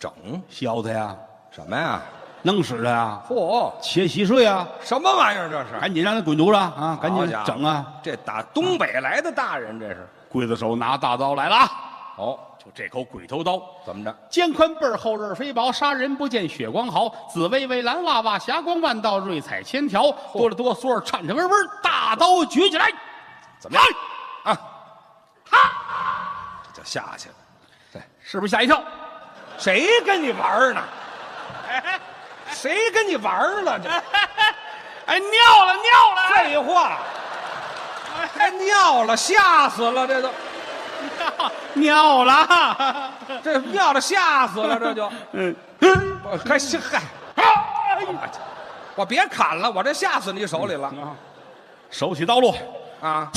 C: 整
A: 削他呀，
C: 什么呀？
A: 弄死他呀，
C: 嚯，
A: 切洗睡啊，
C: 什么玩意儿这是？
A: 赶紧让他滚犊子啊，赶
C: 好
A: 紧
C: 家伙
A: 整啊！
C: 这打东北来的大人这是？
A: 刽子手拿大刀来了啊，
C: 哦，
A: 就这口鬼头刀，
C: 怎么着？
A: 肩宽背儿厚刃儿飞薄，杀人不见血光毫。紫薇为蓝袜袜，霞光万道，瑞彩千条。哆了哆嗦儿，颤颤巍巍儿，大刀举起来，
C: 怎么样
A: 来？
C: 啊，
A: 哈，
C: 这就下去了。
A: 是不是吓一跳？
C: 谁跟你玩儿呢？谁跟你玩儿了？ 这
A: 哎，尿了尿了！
C: 废话，还尿了，吓死了，这都
A: 哎尿了！
C: 这尿的吓死了，这 就
A: 嗯嗯，
C: 我还是嗨，
A: 哎
C: 我别砍了，我这吓死你手里了
A: 呀啊手起刀落，
C: 啊！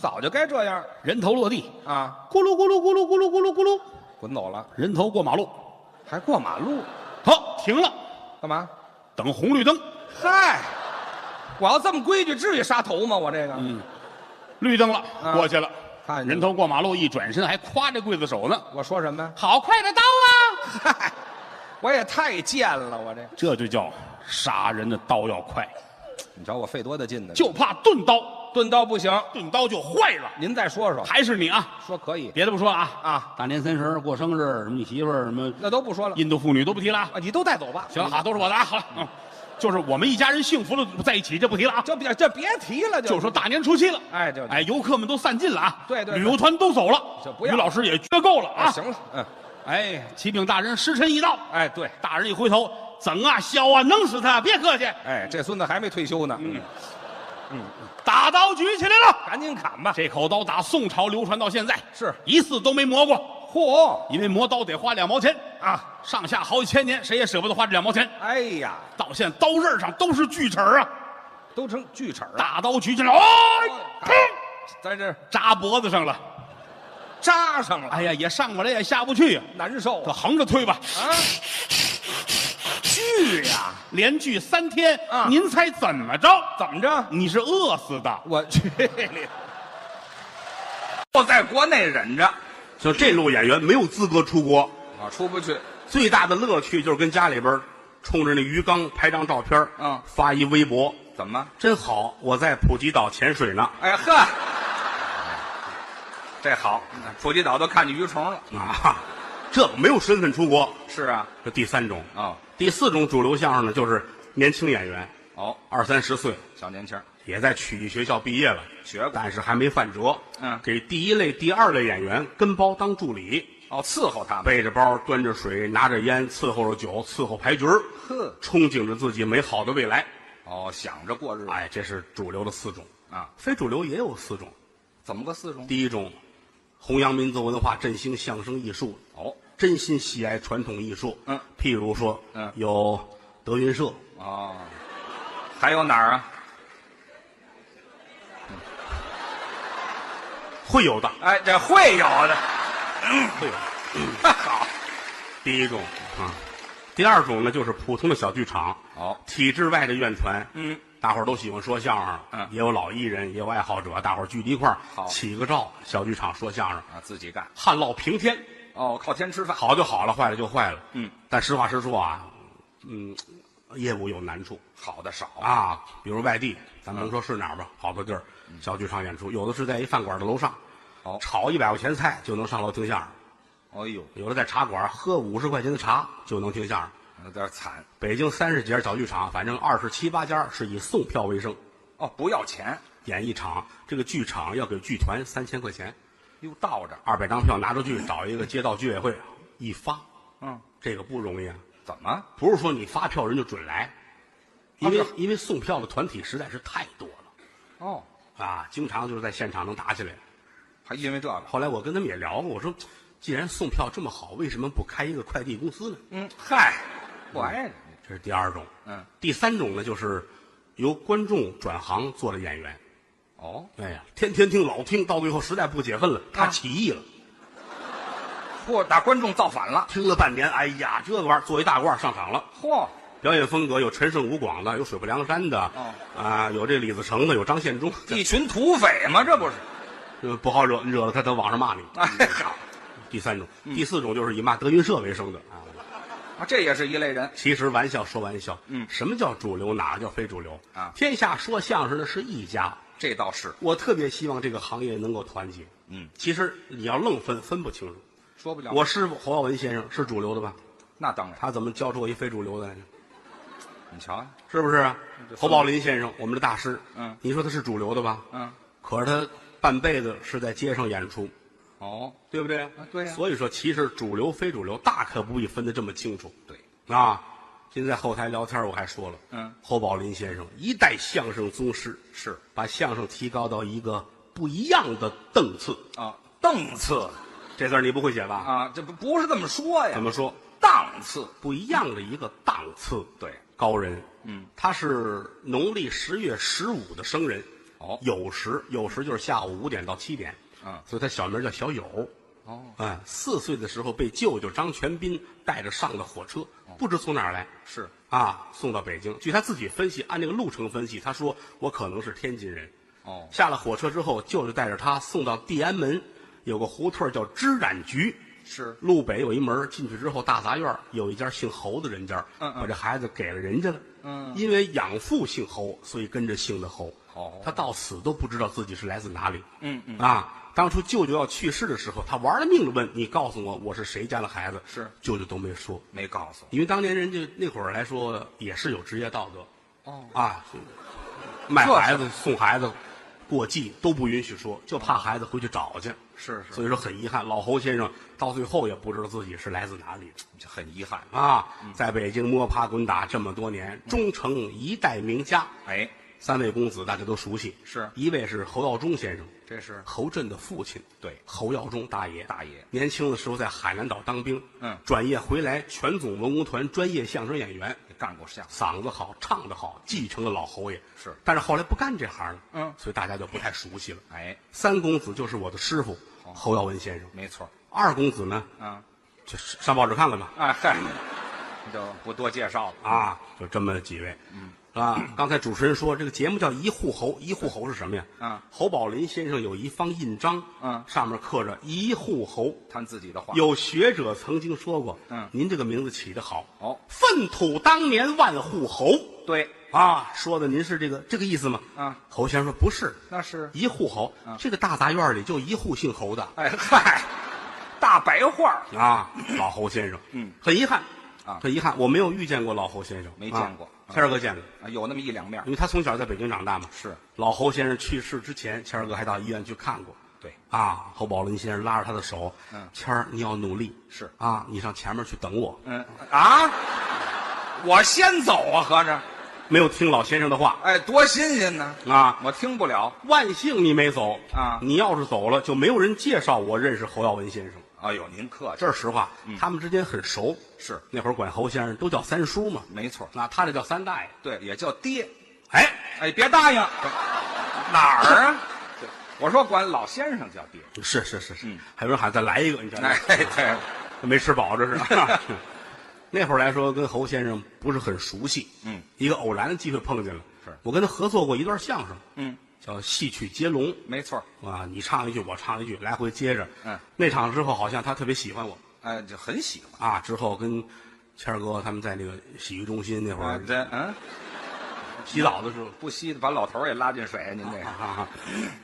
C: 早就该这样
A: 人头落地，
C: 啊，
A: 咕噜咕噜咕噜咕噜咕噜咕噜，
C: 滚走了，
A: 人头过马路，
C: 还过马路
A: 好停了，
C: 干嘛？
A: 等红绿灯，
C: 嗨，我要这么规矩，至于杀头吗？我这个
A: 绿灯了，
C: 啊
A: 过去了
C: 看见。了
A: 人头过马路，一转身还夸这刽子手呢，
C: 我说什么呀？
A: 好快的刀啊！
C: 嗨，我也太贱了，我这
A: 这就叫杀人的刀要快，
C: 你瞧我费多大劲呢？
A: 就怕钝刀，
C: 钝刀不行，
A: 钝刀就坏了。
C: 您再说说，
A: 还是你啊，
C: 说可以，
A: 别的不说了啊
C: 啊！
A: 大年三十儿过生日，什么你媳妇儿什么
C: 那都不说了
A: 印度妇女都不提了啊。
C: 啊，你都带走吧。
A: 行了，好，都是我的啊。好了，嗯，就是我们一家人幸福的在一起，这不提了啊。
C: 就别这别提了，
A: 就说大年初七了，
C: 哎就
A: 哎，游客们都散尽了啊，
C: 对对对
A: 旅游团都走了，
C: 就不要
A: 于老师也撅够了啊。
C: 行了，嗯，
A: 哎，启禀大人，时辰已到。
C: 哎对，
A: 大人一回头，整啊，削啊，弄死他，别客气，
C: 哎，这孙子还没退休呢，嗯，
A: 打刀举起来了。
C: 赶紧砍吧。
A: 这口刀打宋朝流传到现在，
C: 是
A: 一次都没磨过，
C: 嚯
A: 因为磨刀得花两毛钱，
C: 啊，
A: 上下好几千年，谁也舍不得花这两毛钱。
C: 哎呀，
A: 到现在刀刃上都是锯齿儿
C: 哎
A: 啊，
C: 都成锯齿儿了，
A: 大刀举起来，哎，砰，
C: 在这儿
A: 扎脖子上了。
C: 扎上了，
A: 哎呀，也上不来，也下不去呀，
C: 难受
A: 可
C: 啊，
A: 横着推吧，
C: 锯呀，
A: 连锯三天
C: 啊，
A: 您猜怎么着？
C: 怎么着？
A: 你是饿死的。
C: 我去你！
B: 我在国内忍着，
E: 就这路演员没有资格出国，
B: 啊，出不去。
E: 最大的乐趣就是跟家里边儿冲着那鱼缸拍张照片，
B: 嗯
E: 发一微博，
B: 怎么？
E: 真好，我在普吉岛潜水呢，
B: 哎呵，这好，普吉岛都看见鱼虫了。
E: 啊， 这个没有身份出国。
B: 是啊，
E: 这第三种
B: 哦
E: 第四种主流相声呢，就是年轻演员，
B: 哦，
E: 二三十岁，
B: 小年轻，
E: 也在曲艺学校毕业了，
B: 学过
E: 但是还没犯辙。
B: 嗯
E: 给第一类、第二类演员跟包当助理，
B: 哦，伺候他们。
E: 背着包，端着水，拿着烟，伺候着酒，伺候牌局儿
B: 呵
E: 憧憬着自己美好的未来。
B: 哦，想着过日子。
E: 哎，这是主流的四种
B: 啊
E: 非主流也有四种。
B: 怎么个四种？
E: 第一种，弘扬民族文化，振兴相声艺术，
B: 哦，
E: 真心喜爱传统艺术。
B: 嗯，
E: 譬如说，
B: 嗯
E: 有德云社，
B: 哦，还有哪儿啊？
E: 会有的，
B: 哎，这会有的。嗯
E: 会有 的。
B: 好，
E: 第一种啊，第二种呢，就是普通的小剧场，
B: 好
E: 体制外的院团，
B: 嗯，
E: 大伙儿都喜欢说相声，
B: 嗯
E: 也有老艺人，也有爱好者，大伙儿聚在一块儿，
B: 好
E: 起个照，小剧场说相声，
B: 啊，自己干。
E: 旱涝平天，
B: 哦，靠天吃饭。
E: 好就好了，坏了就坏了，
B: 嗯，
E: 但实话实说啊，嗯，业务有难处
B: 好的少。
E: 啊，比如外地，咱甭说是哪儿吧，好多地儿小剧场演出，有的是在一饭馆的楼上，
B: 好
E: 炒一百块钱菜就能上楼听相声，
B: 哎呦，
E: 有的在茶馆喝五十块钱的茶就能听相声。
B: 有点惨。
E: 北京三十几家小剧场，反正二十七八家是以送票为生，
B: 哦，不要钱，
E: 演一场。这个剧场要给剧团三千块钱，
B: 又倒着。
E: 二百张票拿出去找一个街道居委会一发，
B: 嗯，
E: 这个不容易啊。
B: 怎么？
E: 不是说你发票人就准来，因为、
B: 啊是
E: 因为送票的团体实在是太多了
B: 哦，
E: 啊，经常就是在现场能打起来。
B: 还因为这个？
E: 后来我跟他们也聊过，我说，既然送票这么好，为什么不开一个快递公司呢？
B: 嗯，嗨，不挨着。
E: 这是第二种。
B: 嗯，
E: 第三种呢，就是由观众转行做了演员。
B: 哦，
E: 哎呀，天天听老听，到最后实在不解恨了，他
B: 啊
E: 起义了。
B: 嚯，打观众造反了，
E: 听了半年，哎呀，这个玩意儿做一大褂儿上场了。
B: 嚯，
E: 表演风格有陈胜吴广的，有水泊梁山的，
B: 哦
E: 啊，有这李自成的，有张 献忠的，
B: 一群土匪嘛，这不是？
E: 呃不好惹，你惹了他，他网上骂你。
B: 哎嗯好，
E: 第三种，第四种就是以骂德云社为生的啊。
B: 啊这也是一类人，
E: 其实玩笑说玩笑，
B: 嗯
E: 什么叫主流，哪个叫非主流
B: 啊
E: 天下说相声的是一家，
B: 这倒是
E: 我特别希望这个行业能够团结。
B: 嗯，啊
E: 其实你要愣分分不清楚。
B: 说不了。
E: 我师傅侯耀文先生是主流的吧？
B: 那当然，
E: 他怎么教出我一非主流的来呢？
B: 你瞧啊，
E: 是不是啊？侯宝林先生，我们的大师，
B: 嗯
E: 你说他是主流的吧？
B: 嗯，
E: 可是他半辈子是在街上演出，
B: 哦，
E: 对不对？
B: 啊对呀
E: 所以说，其实主流非主流大可不必分得这么清楚。
B: 对，
E: 啊，今天在后台聊天，我还说了，
B: 嗯，
E: 侯宝林先生一代相声宗师，
B: 是
E: 把相声提高到一个不一样的档次。
B: 啊，档次
E: 这字儿你不会写吧？
B: 啊，这不不是这么说呀？
E: 怎么说？
B: 档次？
E: 不一样的一个档次。
B: 对，
E: 高人，嗯，他是农历十月十五的生人。
B: 哦
E: 有时有时就是下午五点到七点。
B: 嗯
E: 所以他小名叫小友。
B: 哦，
E: 哎，四岁的时候被舅舅张全斌带着上的火车，
B: 哦
E: 不知从哪儿来。
B: 是
E: 啊，送到北京。据他自己分析，按这个路程分析，他说我可能是天津人。
B: 哦，
E: 下了火车之后，舅舅带着他送到地安门，有个胡同儿叫织染局。
B: 是
E: 路北有一门儿，进去之后大杂院儿有一家姓侯的人家儿，
B: 嗯嗯
E: 把这孩子给了人家了。
B: 嗯
E: 因为养父姓侯，所以跟着姓的侯。
B: 哦
E: 他到死都不知道自己是来自哪里。
B: 嗯嗯
E: 啊，当初舅舅要去世的时候，他玩了命的问：“你告诉我，我是谁家的孩子？”
B: 是
E: 舅舅都没说，
B: 没告诉
E: 因为当年人家那会儿来说也是有职业道德。
B: 我。哦，
E: 啊，卖孩子、送孩子、过继都不允许说，就怕孩子回去找去。
B: 是是
E: 所以说很遗憾，老侯先生到最后也不知道自己是来自哪里的
B: 这很遗憾。
E: 啊，在北京摸爬滚打这么多年，终成一代名家。
B: 哎，
E: 三位公子大家都熟悉，
B: 是
E: 一位是侯耀中先生，
B: 这是
E: 侯震的父亲，
B: 对
E: 侯耀中大爷。
B: 大爷
E: 年轻的时候在海南岛当兵，
B: 嗯
E: 转业回来全总文工团专业相声演员，
B: 干过相声，
E: 嗓子好，唱得好，继承了老侯爷。
B: 是
E: 但是后来不干这行了，
B: 嗯
E: 所以大家就不太熟悉了。
B: 哎，
E: 三公子就是我的师傅侯耀文先生，
B: 没错。
E: 二公子呢，
B: 啊，
E: 就是上报纸看看吧。
B: 哎嗨，你就不多介绍了。
E: 啊，就这么几位，嗯，啊，刚才主持人说这个节目叫一户侯，一户侯是什么呀？
B: 啊，
E: 侯宝林先生有一方印章，
B: 嗯
E: 上面刻着一户侯。
B: 谈自己的话，
E: 有学者曾经说过，
B: 嗯
E: 您这个名字起得好，
B: 哦
E: 粪土当年万户侯。
B: 对，
E: 啊，说的您是这个这个意思吗？
B: 啊，
E: 侯先生说不是，
B: 那啊是
E: 一户侯，这个大杂院里就一户姓侯的
B: 哎嗨，大白话
E: 啊，老侯先生，嗯，很遗憾
B: 嗯啊
E: 很遗憾，我没有遇见过老侯先生，
B: 没见过
E: 啊谦儿哥见过，
B: 啊，有那么一两面
E: 因。为他从小在北京长大嘛。
B: 是
E: 老侯先生去世之前，谦儿哥还到医院去看过。
B: 对，
E: 啊，侯宝林先生拉着他的手，
B: 嗯
E: 谦儿，你要努力，
B: 是
E: 啊，你上前面去等我。
B: 嗯啊，我先走啊，合着，
E: 没有听老先生的话
B: 哎，多新鲜呢！
E: 啊，
B: 我听不了。
E: 万幸你没走
B: 啊
E: 你要是走了，就没有人介绍我认识侯耀文先生。
B: 哎呦，您客气，
E: 这是实话，
B: 嗯
E: 他们之间很熟。
B: 是
E: 那会儿管侯先生都叫三叔嘛，
B: 没错。
E: 那他这叫三大爷。
B: 对，也叫爹。
E: 哎，
B: 哎，别答应，哪儿 啊？对我说管老先生叫爹。
E: 是是是是
B: 嗯，
E: 还有人喊再来一个，你知道吗
B: 哎，？对，
E: 没吃饱 这是。那会儿来说，跟侯先生不是很熟悉，
B: 嗯，
E: 一个偶然的机会碰见了，
B: 是
E: 我跟他合作过一段相声，
B: 嗯，
E: 叫《戏曲接龙》
B: 没错。
E: 啊，你唱一句，我唱一句，来回接着，
B: 嗯，
E: 那场之后好像他特别喜欢我
B: 哎，就很喜欢。
E: 啊，之后跟谦儿哥他们在那个洗浴中心那会
B: 啊
E: 儿，
B: 这嗯，
E: 洗澡的时候，
B: 不惜把老头儿也拉进水，您这
E: 啊
B: 个
E: 哈哈，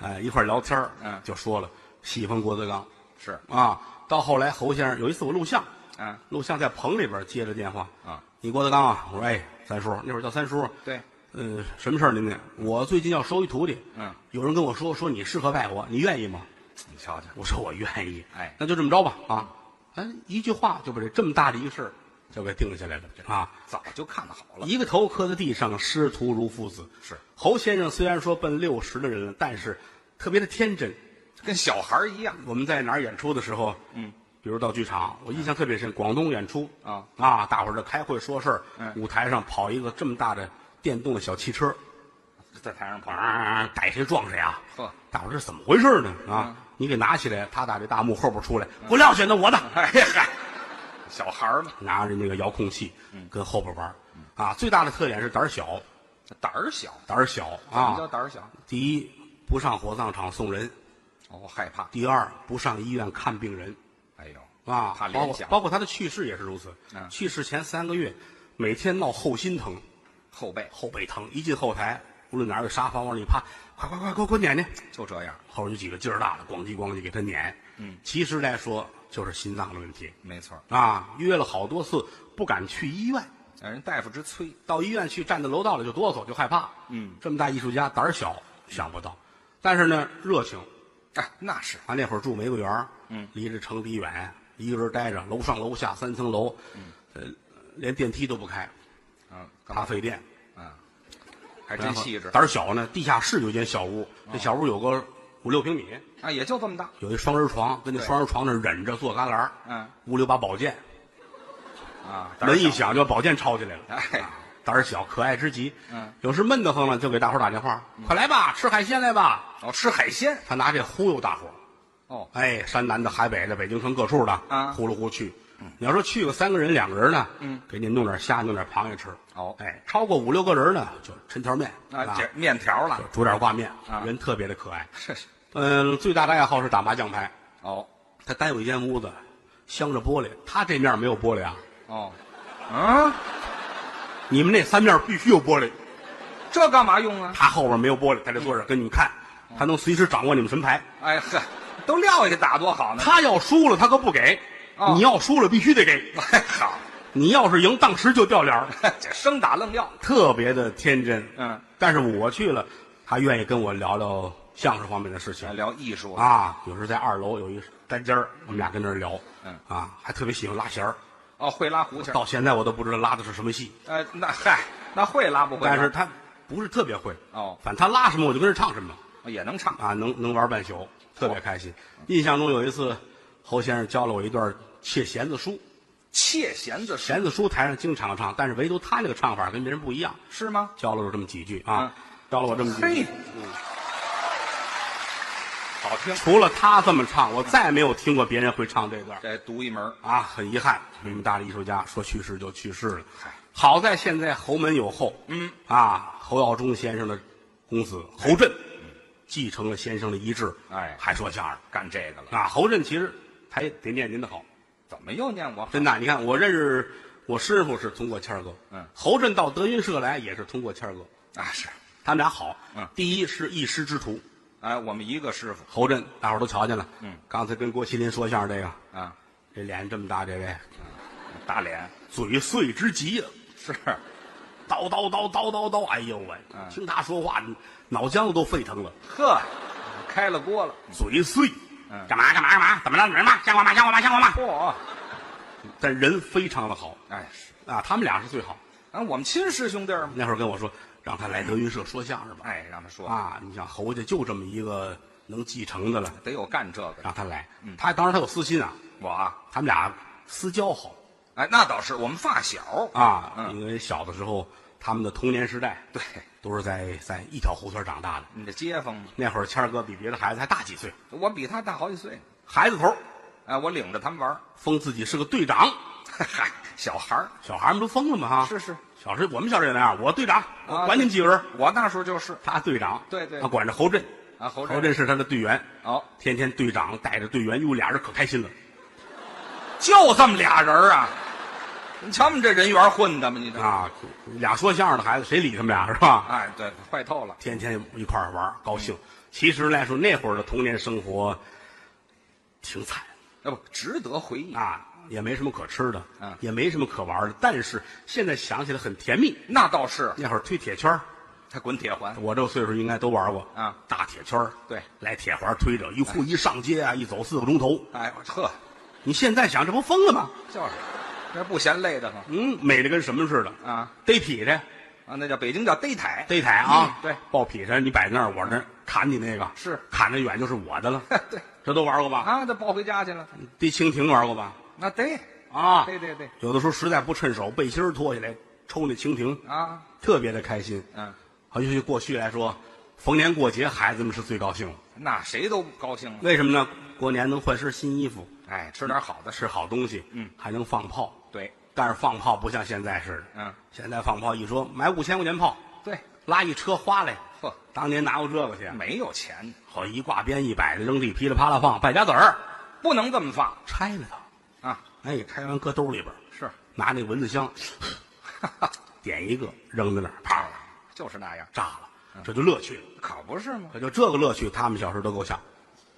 E: 哎，一块儿聊天儿
B: 嗯
E: 就说了喜欢郭德纲
B: 是
E: 啊，到后来侯先生有一次我录像，
B: 啊，
E: 录像在棚里边接着电话
B: 啊，
E: 你郭德纲啊，我说哎，三叔，那会儿叫三叔，
B: 对，
E: 嗯、什么事儿您呢？我最近要收一徒弟，
B: 嗯，
E: 有人跟我说说你适合拜我，你愿意吗？
B: 你瞧瞧，
E: 我说我愿意，
B: 哎
E: 那就这么着吧啊，哎，一句话就把这这么大的一个事儿就给定下来了啊。
B: 早就看好了。
E: 一个头磕在地上，师徒如父子。
B: 是
E: 侯先生虽然说奔六十的人了，但是特别的天真。
B: 跟小孩儿一样。
E: 我们在哪儿演出的时候，嗯，比如到剧场，我印象特别深，广东演出
B: 啊
E: 啊，大伙儿这开会说事儿，
B: 嗯
E: 舞台上跑一个这么大的电动的小汽车，
B: 在台上跑，嗯
E: 啊，逮谁撞谁啊！
B: 呵
E: 大伙儿这怎么回事呢？
B: 嗯
E: 啊，你给拿起来，他打这大幕后边出来，不撂下那我的，
B: 哎呀，小孩儿嘛，
E: 拿着那个遥控器
B: 嗯
E: 跟后边玩儿啊。最大的特点是胆儿小，
B: 胆儿小，
E: 胆儿小
B: 什么叫
E: 啊。
B: 胆儿小？
E: 第一，不上火葬场送人；
B: 哦，害怕，
E: 第二，不上医院看病人
B: 哎呦，
E: 啊。
B: 怕
E: 包
B: 联
E: 括
B: 想，
E: 包括他的去世也是如此
B: 嗯。
E: 去世前三个月，每天闹后心疼，
B: 后背
E: 后背疼，一进后台，无论哪儿有沙发往里趴，快快快，给我给我撵撵。
B: 就这样，
E: 后边有几个劲儿大的，咣叽咣叽给他撵。嗯，其实来说就是心脏的问题
B: 没错儿，
E: 啊，约了好多次不敢去医院，
B: 让哎人大夫直催，
E: 到医院去站在楼道里就哆嗦，就害怕。
B: 嗯，
E: 这么大艺术家胆儿小，想不到，但是呢热情。
B: 哎，那是
E: 啊，那会儿住玫瑰园，嗯，离着城里远，一个人待着，楼上楼下三层楼，
B: 嗯
E: 呃，连电梯都不开，
B: 啊，
E: 咖啡店，
B: 还
E: 然
B: 真
E: 后
B: 细致，
E: 胆儿小呢，地下室有一间小屋，这小屋有个五六平米，
B: 啊，也就这么大，
E: 有一双人床，跟那
B: 对
E: 双人床那儿忍着坐旮旯，
B: 嗯，
E: 屋里有把宝剑，
B: 啊，胆儿
E: 门一
B: 小，
E: 响就把宝剑抄起来了，
B: 哎
E: 啊胆儿小，可爱之极，
B: 嗯，
E: 有时闷得慌了就给大伙儿打电话，快来吧，吃海鲜来吧，
B: 哦，吃海鲜，
E: 他拿这忽悠大伙儿，
B: 哦，
E: 哎，山南的、海北的、北京城各处的，
B: 啊
E: 呼噜呼去。你要说去个三个人、两个人呢，嗯，给你弄点虾、弄点螃蟹吃。
B: 哦
E: 哎，超过五六个人呢，就抻条面
B: 啊，这面条了
E: 就，煮点挂面，
B: 啊
E: 人特别的可爱。
B: 是是，
E: 嗯，最大的爱好是打麻将牌。
B: 哦
E: 他单有一间屋子，镶着玻璃，他这面没有玻璃啊，
B: 哦，嗯，
E: 你们那三面必须有玻璃，
B: 这干嘛用啊？
E: 他后边没有玻璃，他这
B: 嗯
E: 坐着跟你们看，
B: 哦
E: 他能随时掌握你们什么牌。
B: 哎呵，都撂下打多好呢，
E: 他要输了，他可不给
B: 嗯哦；
E: 你要输了，必须得给。
B: 哎好，
E: 你要是赢，当时就掉脸儿。
B: 这生打愣要，
E: 特别的天真。
B: 嗯，
E: 但是我去了，他愿意跟我聊聊相声方面的事情
B: 来聊艺术，
E: 啊。有时候在二楼有一单间儿，我们俩跟那儿聊。
B: 嗯，
E: 啊，还特别喜欢拉弦儿，
B: 哦，会拉胡琴儿，
E: 到现在我都不知道拉的是什么戏，
B: 哎，那嗨，那会拉不会拉？
E: 但是他不是特别会。
B: 哦
E: 反正他拉什么我就跟着唱什么
B: 哦也能唱，
E: 啊，能能玩半宿，特别开心。印象中有一次，侯先生教了我一段切弦子书，
B: 切弦子是
E: 弦子书台上经常唱，但是唯独他那个唱法跟别人不一样，
B: 是吗？
E: 教了我这么几句啊
B: 嗯，
E: 教了我这么几句。
B: 嘿，好听，
E: 除了他这么唱，我再没有听过别人会唱这段
B: 这独一门儿
E: 啊，很遗憾，这么大的艺术家说去世就去世了
B: 嗨。
E: 好在现在侯门有后，嗯啊，侯耀中先生的公子侯震继承了先生的遗志，
B: 哎
E: 还说相声
B: 干这个了，
E: 啊。侯震其实他也得念您的好，
B: 怎么又念我？
E: 真的。你看我认识我师傅是通过谦儿哥，
B: 嗯
E: 侯震到德云社来也是通过谦儿哥，
B: 啊是，
E: 他们俩好，
B: 嗯
E: 第一是一师之徒，
B: 哎，我们一个师傅
E: 侯震大伙儿都瞧见了，
B: 嗯，
E: 刚才跟郭麒麟说相声这个，
B: 啊，
E: 这脸这么大，这位
B: 打脸
E: 嘴碎之极呀、
B: 是，
E: 叨叨叨叨叨叨，哎呦喂！
B: 嗯
E: 听他说话，脑浆子都沸腾了。
B: 呵，开了锅了，
E: 嘴碎，
B: 嗯
E: 干嘛干嘛干嘛？怎么了？怎么了？像我吗？像我吗？像我吗？
B: 嚯，
E: 但人非常的好
B: 哎是，
E: 啊，他们俩是最好。
B: 啊，我们亲师兄弟儿嘛，
E: 那会儿跟我说，让他来德云社说相声吧。
B: 哎，让他说，
E: 啊，你想侯家就这么一个能继承的了，
B: 得有干这个的，
E: 让他来。他当然他有私心啊，
B: 我啊，
E: 他们俩私交好
B: 哎，那倒是，我们发小
E: 啊，
B: 嗯，
E: 因为小的时候他们的童年时代，
B: 对，
E: 都是在在一条胡同长大的。
B: 你的街坊嘛，
E: 那会儿谦儿哥比别的孩子还大几岁，
B: 我比他大好几岁，
E: 孩子头儿，
B: 哎，我领着他们玩儿，
E: 封自己是个队长。
B: 嗨，小孩儿
E: 小孩儿们都疯了嘛哈！
B: 是是，
E: 小时候我们小时候也那样，我队长，我
B: 啊
E: 管你们几个人，
B: 我那时候就是
E: 他队长，
B: 对对
E: 他管着侯震
B: 啊侯震
E: 震是他的队员，
B: 哦，
E: 天天队长带着队员，哟，俩人可开心了
B: 就这么俩人儿啊！你瞧我们这人缘混的嘛，你这
E: 啊！俩说相声的孩子谁理他们俩是吧？
B: 哎，对，坏透了。
E: 天天一块儿玩儿，高
B: 嗯
E: 兴。其实来说，那会儿的童年生活挺惨
B: 要哎不值得回忆，
E: 啊，也没什么可吃的
B: 嗯，
E: 也没什么可玩儿的，但是现在想起来很甜蜜。
B: 那倒是。
E: 那会儿推铁圈儿
B: 他滚铁环，
E: 我这个岁数应该都玩过
B: 啊，
E: 大铁圈儿
B: 对
E: 来铁环推着，一户一上街啊，一走四个钟头。
B: 哎，我呵，
E: 你现在想，这不疯了吗？
B: 就是，这不嫌累的慌
E: 嗯，美的跟什么似的
B: 啊！
E: 逮痞去，
B: 啊，那叫北京叫逮台，
E: 逮台啊
B: 嗯，对
E: 抱劈柴，你摆在那儿，我这儿砍你那个
B: 是
E: 砍得远就是我 的了。
B: 对
E: 这都玩过吧？
B: 啊，他抱回家去了。
E: 逮蜻蜓玩过吧？
B: 那逮
E: 啊，
B: 对对对
E: 有的时候实在不趁手，背心儿脱下来抽那蜻蜓，
B: 啊，
E: 特别的开心。
B: 嗯，
E: 啊，尤其过去来说，逢年过节孩子们是最高兴的。
B: 那谁都高兴了。
E: 为什么呢？过年能换身新衣服，
B: 哎，吃点好的，
E: 吃好东西，
B: 嗯，
E: 还能放炮。
B: 对
E: 但是放炮不像现在似的，
B: 嗯，
E: 现在放炮一说买五千块钱炮，
B: 对，
E: 拉一车花来，
B: 呵，
E: 当年哪有这个去？
B: 没有钱，
E: 好一挂鞭一摆的扔地，噼里啪啦放，败家子儿
B: 不能这么放
E: 拆了它，
B: 啊。
E: 哎，拆完搁兜里边儿，
B: 是，
E: 拿那蚊 子香，点一个扔在那儿，啪
B: 啊就是那样，
E: 炸了，
B: 嗯
E: 这就乐趣了。
B: 可不是吗？
E: 可就这个乐趣，他们小时候都够呛。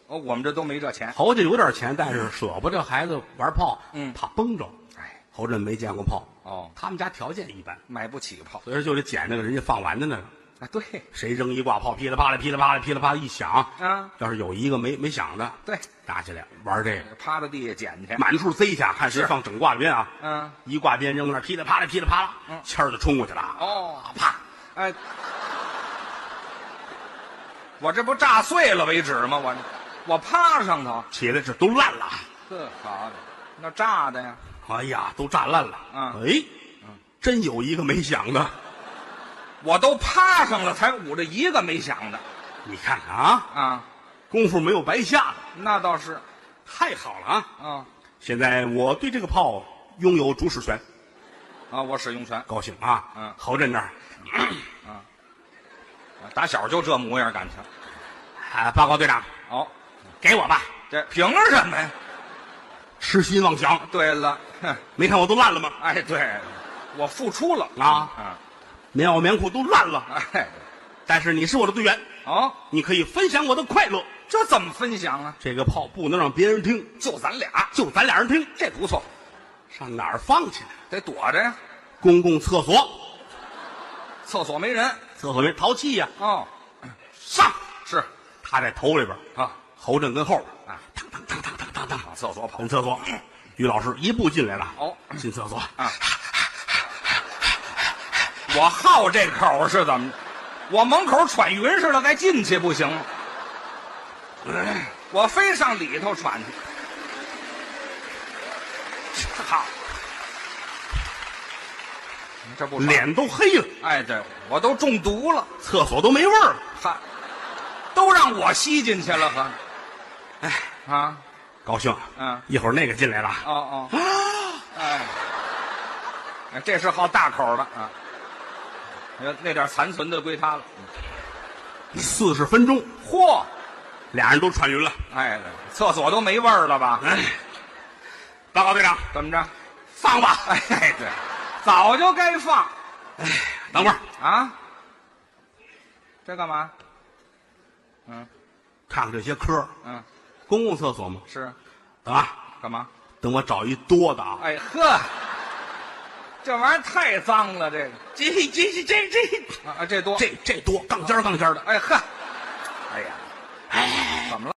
B: 哦，我们这都没这钱。
E: 侯家有点钱，但是舍不得孩子玩炮，
B: 嗯
E: 怕崩着。
B: 哎，
E: 侯震没见过炮，
B: 哦
E: 他们家条件一般，
B: 买不起炮
E: 所以说就得捡那个人家放完的那个。
B: 啊。对
E: 谁扔一挂炮，噼里啪啦，噼里啪啦，噼里啪啦一响
B: 啊！
E: 要是有一个没没响的，
B: 对，
E: 打起来玩这个，
B: 趴到地下捡去。
E: 满处塞一下，看谁放整挂鞭啊！
B: 嗯，
E: 一挂鞭扔那儿，噼里啪啦，噼里啪啦，签儿就冲过去了啊。
B: 哦，
E: 啪！
B: 哎，我这不炸碎了为止吗？我这我趴上头，
E: 起来这都烂了，
B: 这好的，那炸的呀，
E: 哎呀，都炸烂了。
B: 嗯
E: 哎，真有一个没响的，
B: 我都趴上了，才捂着一个没响的
E: 你看看啊，
B: 啊。
E: 功夫没有白下的，
B: 那倒是
E: 太好了啊！
B: 啊
E: 现在我对这个炮拥有主使权，
B: 啊，我使用拳，
E: 高兴啊！
B: 嗯
E: 侯震这儿
B: 啊打小就这模样，感情。
E: 啊，报告队长，
B: 哦，
E: 给我吧，
B: 这凭什么呀？
E: 痴心妄想。
B: 对了，哼
E: 没看我都烂了吗？
B: 哎，对，我付出了
E: 啊，
B: 啊，
E: 棉袄棉裤都烂了，
B: 哎，
E: 但是你是我的队员，
B: 哦，
E: 你可以分享我的快乐。
B: 这怎么分享啊？
E: 这个炮不能让别人听，
B: 就咱俩，
E: 就咱俩人听，
B: 这不错，
E: 上哪儿放去呢？
B: 得躲着呀，
E: 公共厕所，
B: 厕所没人
E: 厕所人淘气呀、
B: 哦，
E: 上！
B: 是
E: 他在头里边，
B: 啊，
E: 侯震跟后边，
B: 啊，
E: 当当当当当当当，
B: 往厕所跑
E: 跟厕所。于老师一步进来了，
B: 哦
E: 进厕所，
B: 啊，我好这口是怎么着？我门口喘匀似的，再进去不行吗？我非上里头喘去。好，这不爽
E: 脸都黑了，
B: 哎，对我都中毒了，
E: 厕所都没味儿了，
B: 哈，都让我吸进去了，呵，哎啊，
E: 高兴。
B: 嗯
E: 一会儿那个进来了，
B: 哦哦，哎，哎这是好大口的啊，那那点残存的归他了。
E: 四十分钟，
B: 嚯，
E: 俩人都喘匀了。
B: 哎，厕所都没味儿了吧？
E: 哎，报告队长，
B: 怎么着？
E: 放吧。
B: 哎，对，早就该放
E: 等会儿
B: 啊。这干嘛？
E: 看看这些科儿，
B: 嗯，
E: 公共厕所吗？
B: 是
E: 等啊，
B: 干嘛？
E: 等我找一多的啊。
B: 哎呵，这玩意儿太脏了，这个
E: 这这这这这
B: 啊，这多
E: 这这多，杠尖儿杠尖儿的。
B: 哎呵，哎呀，怎么了？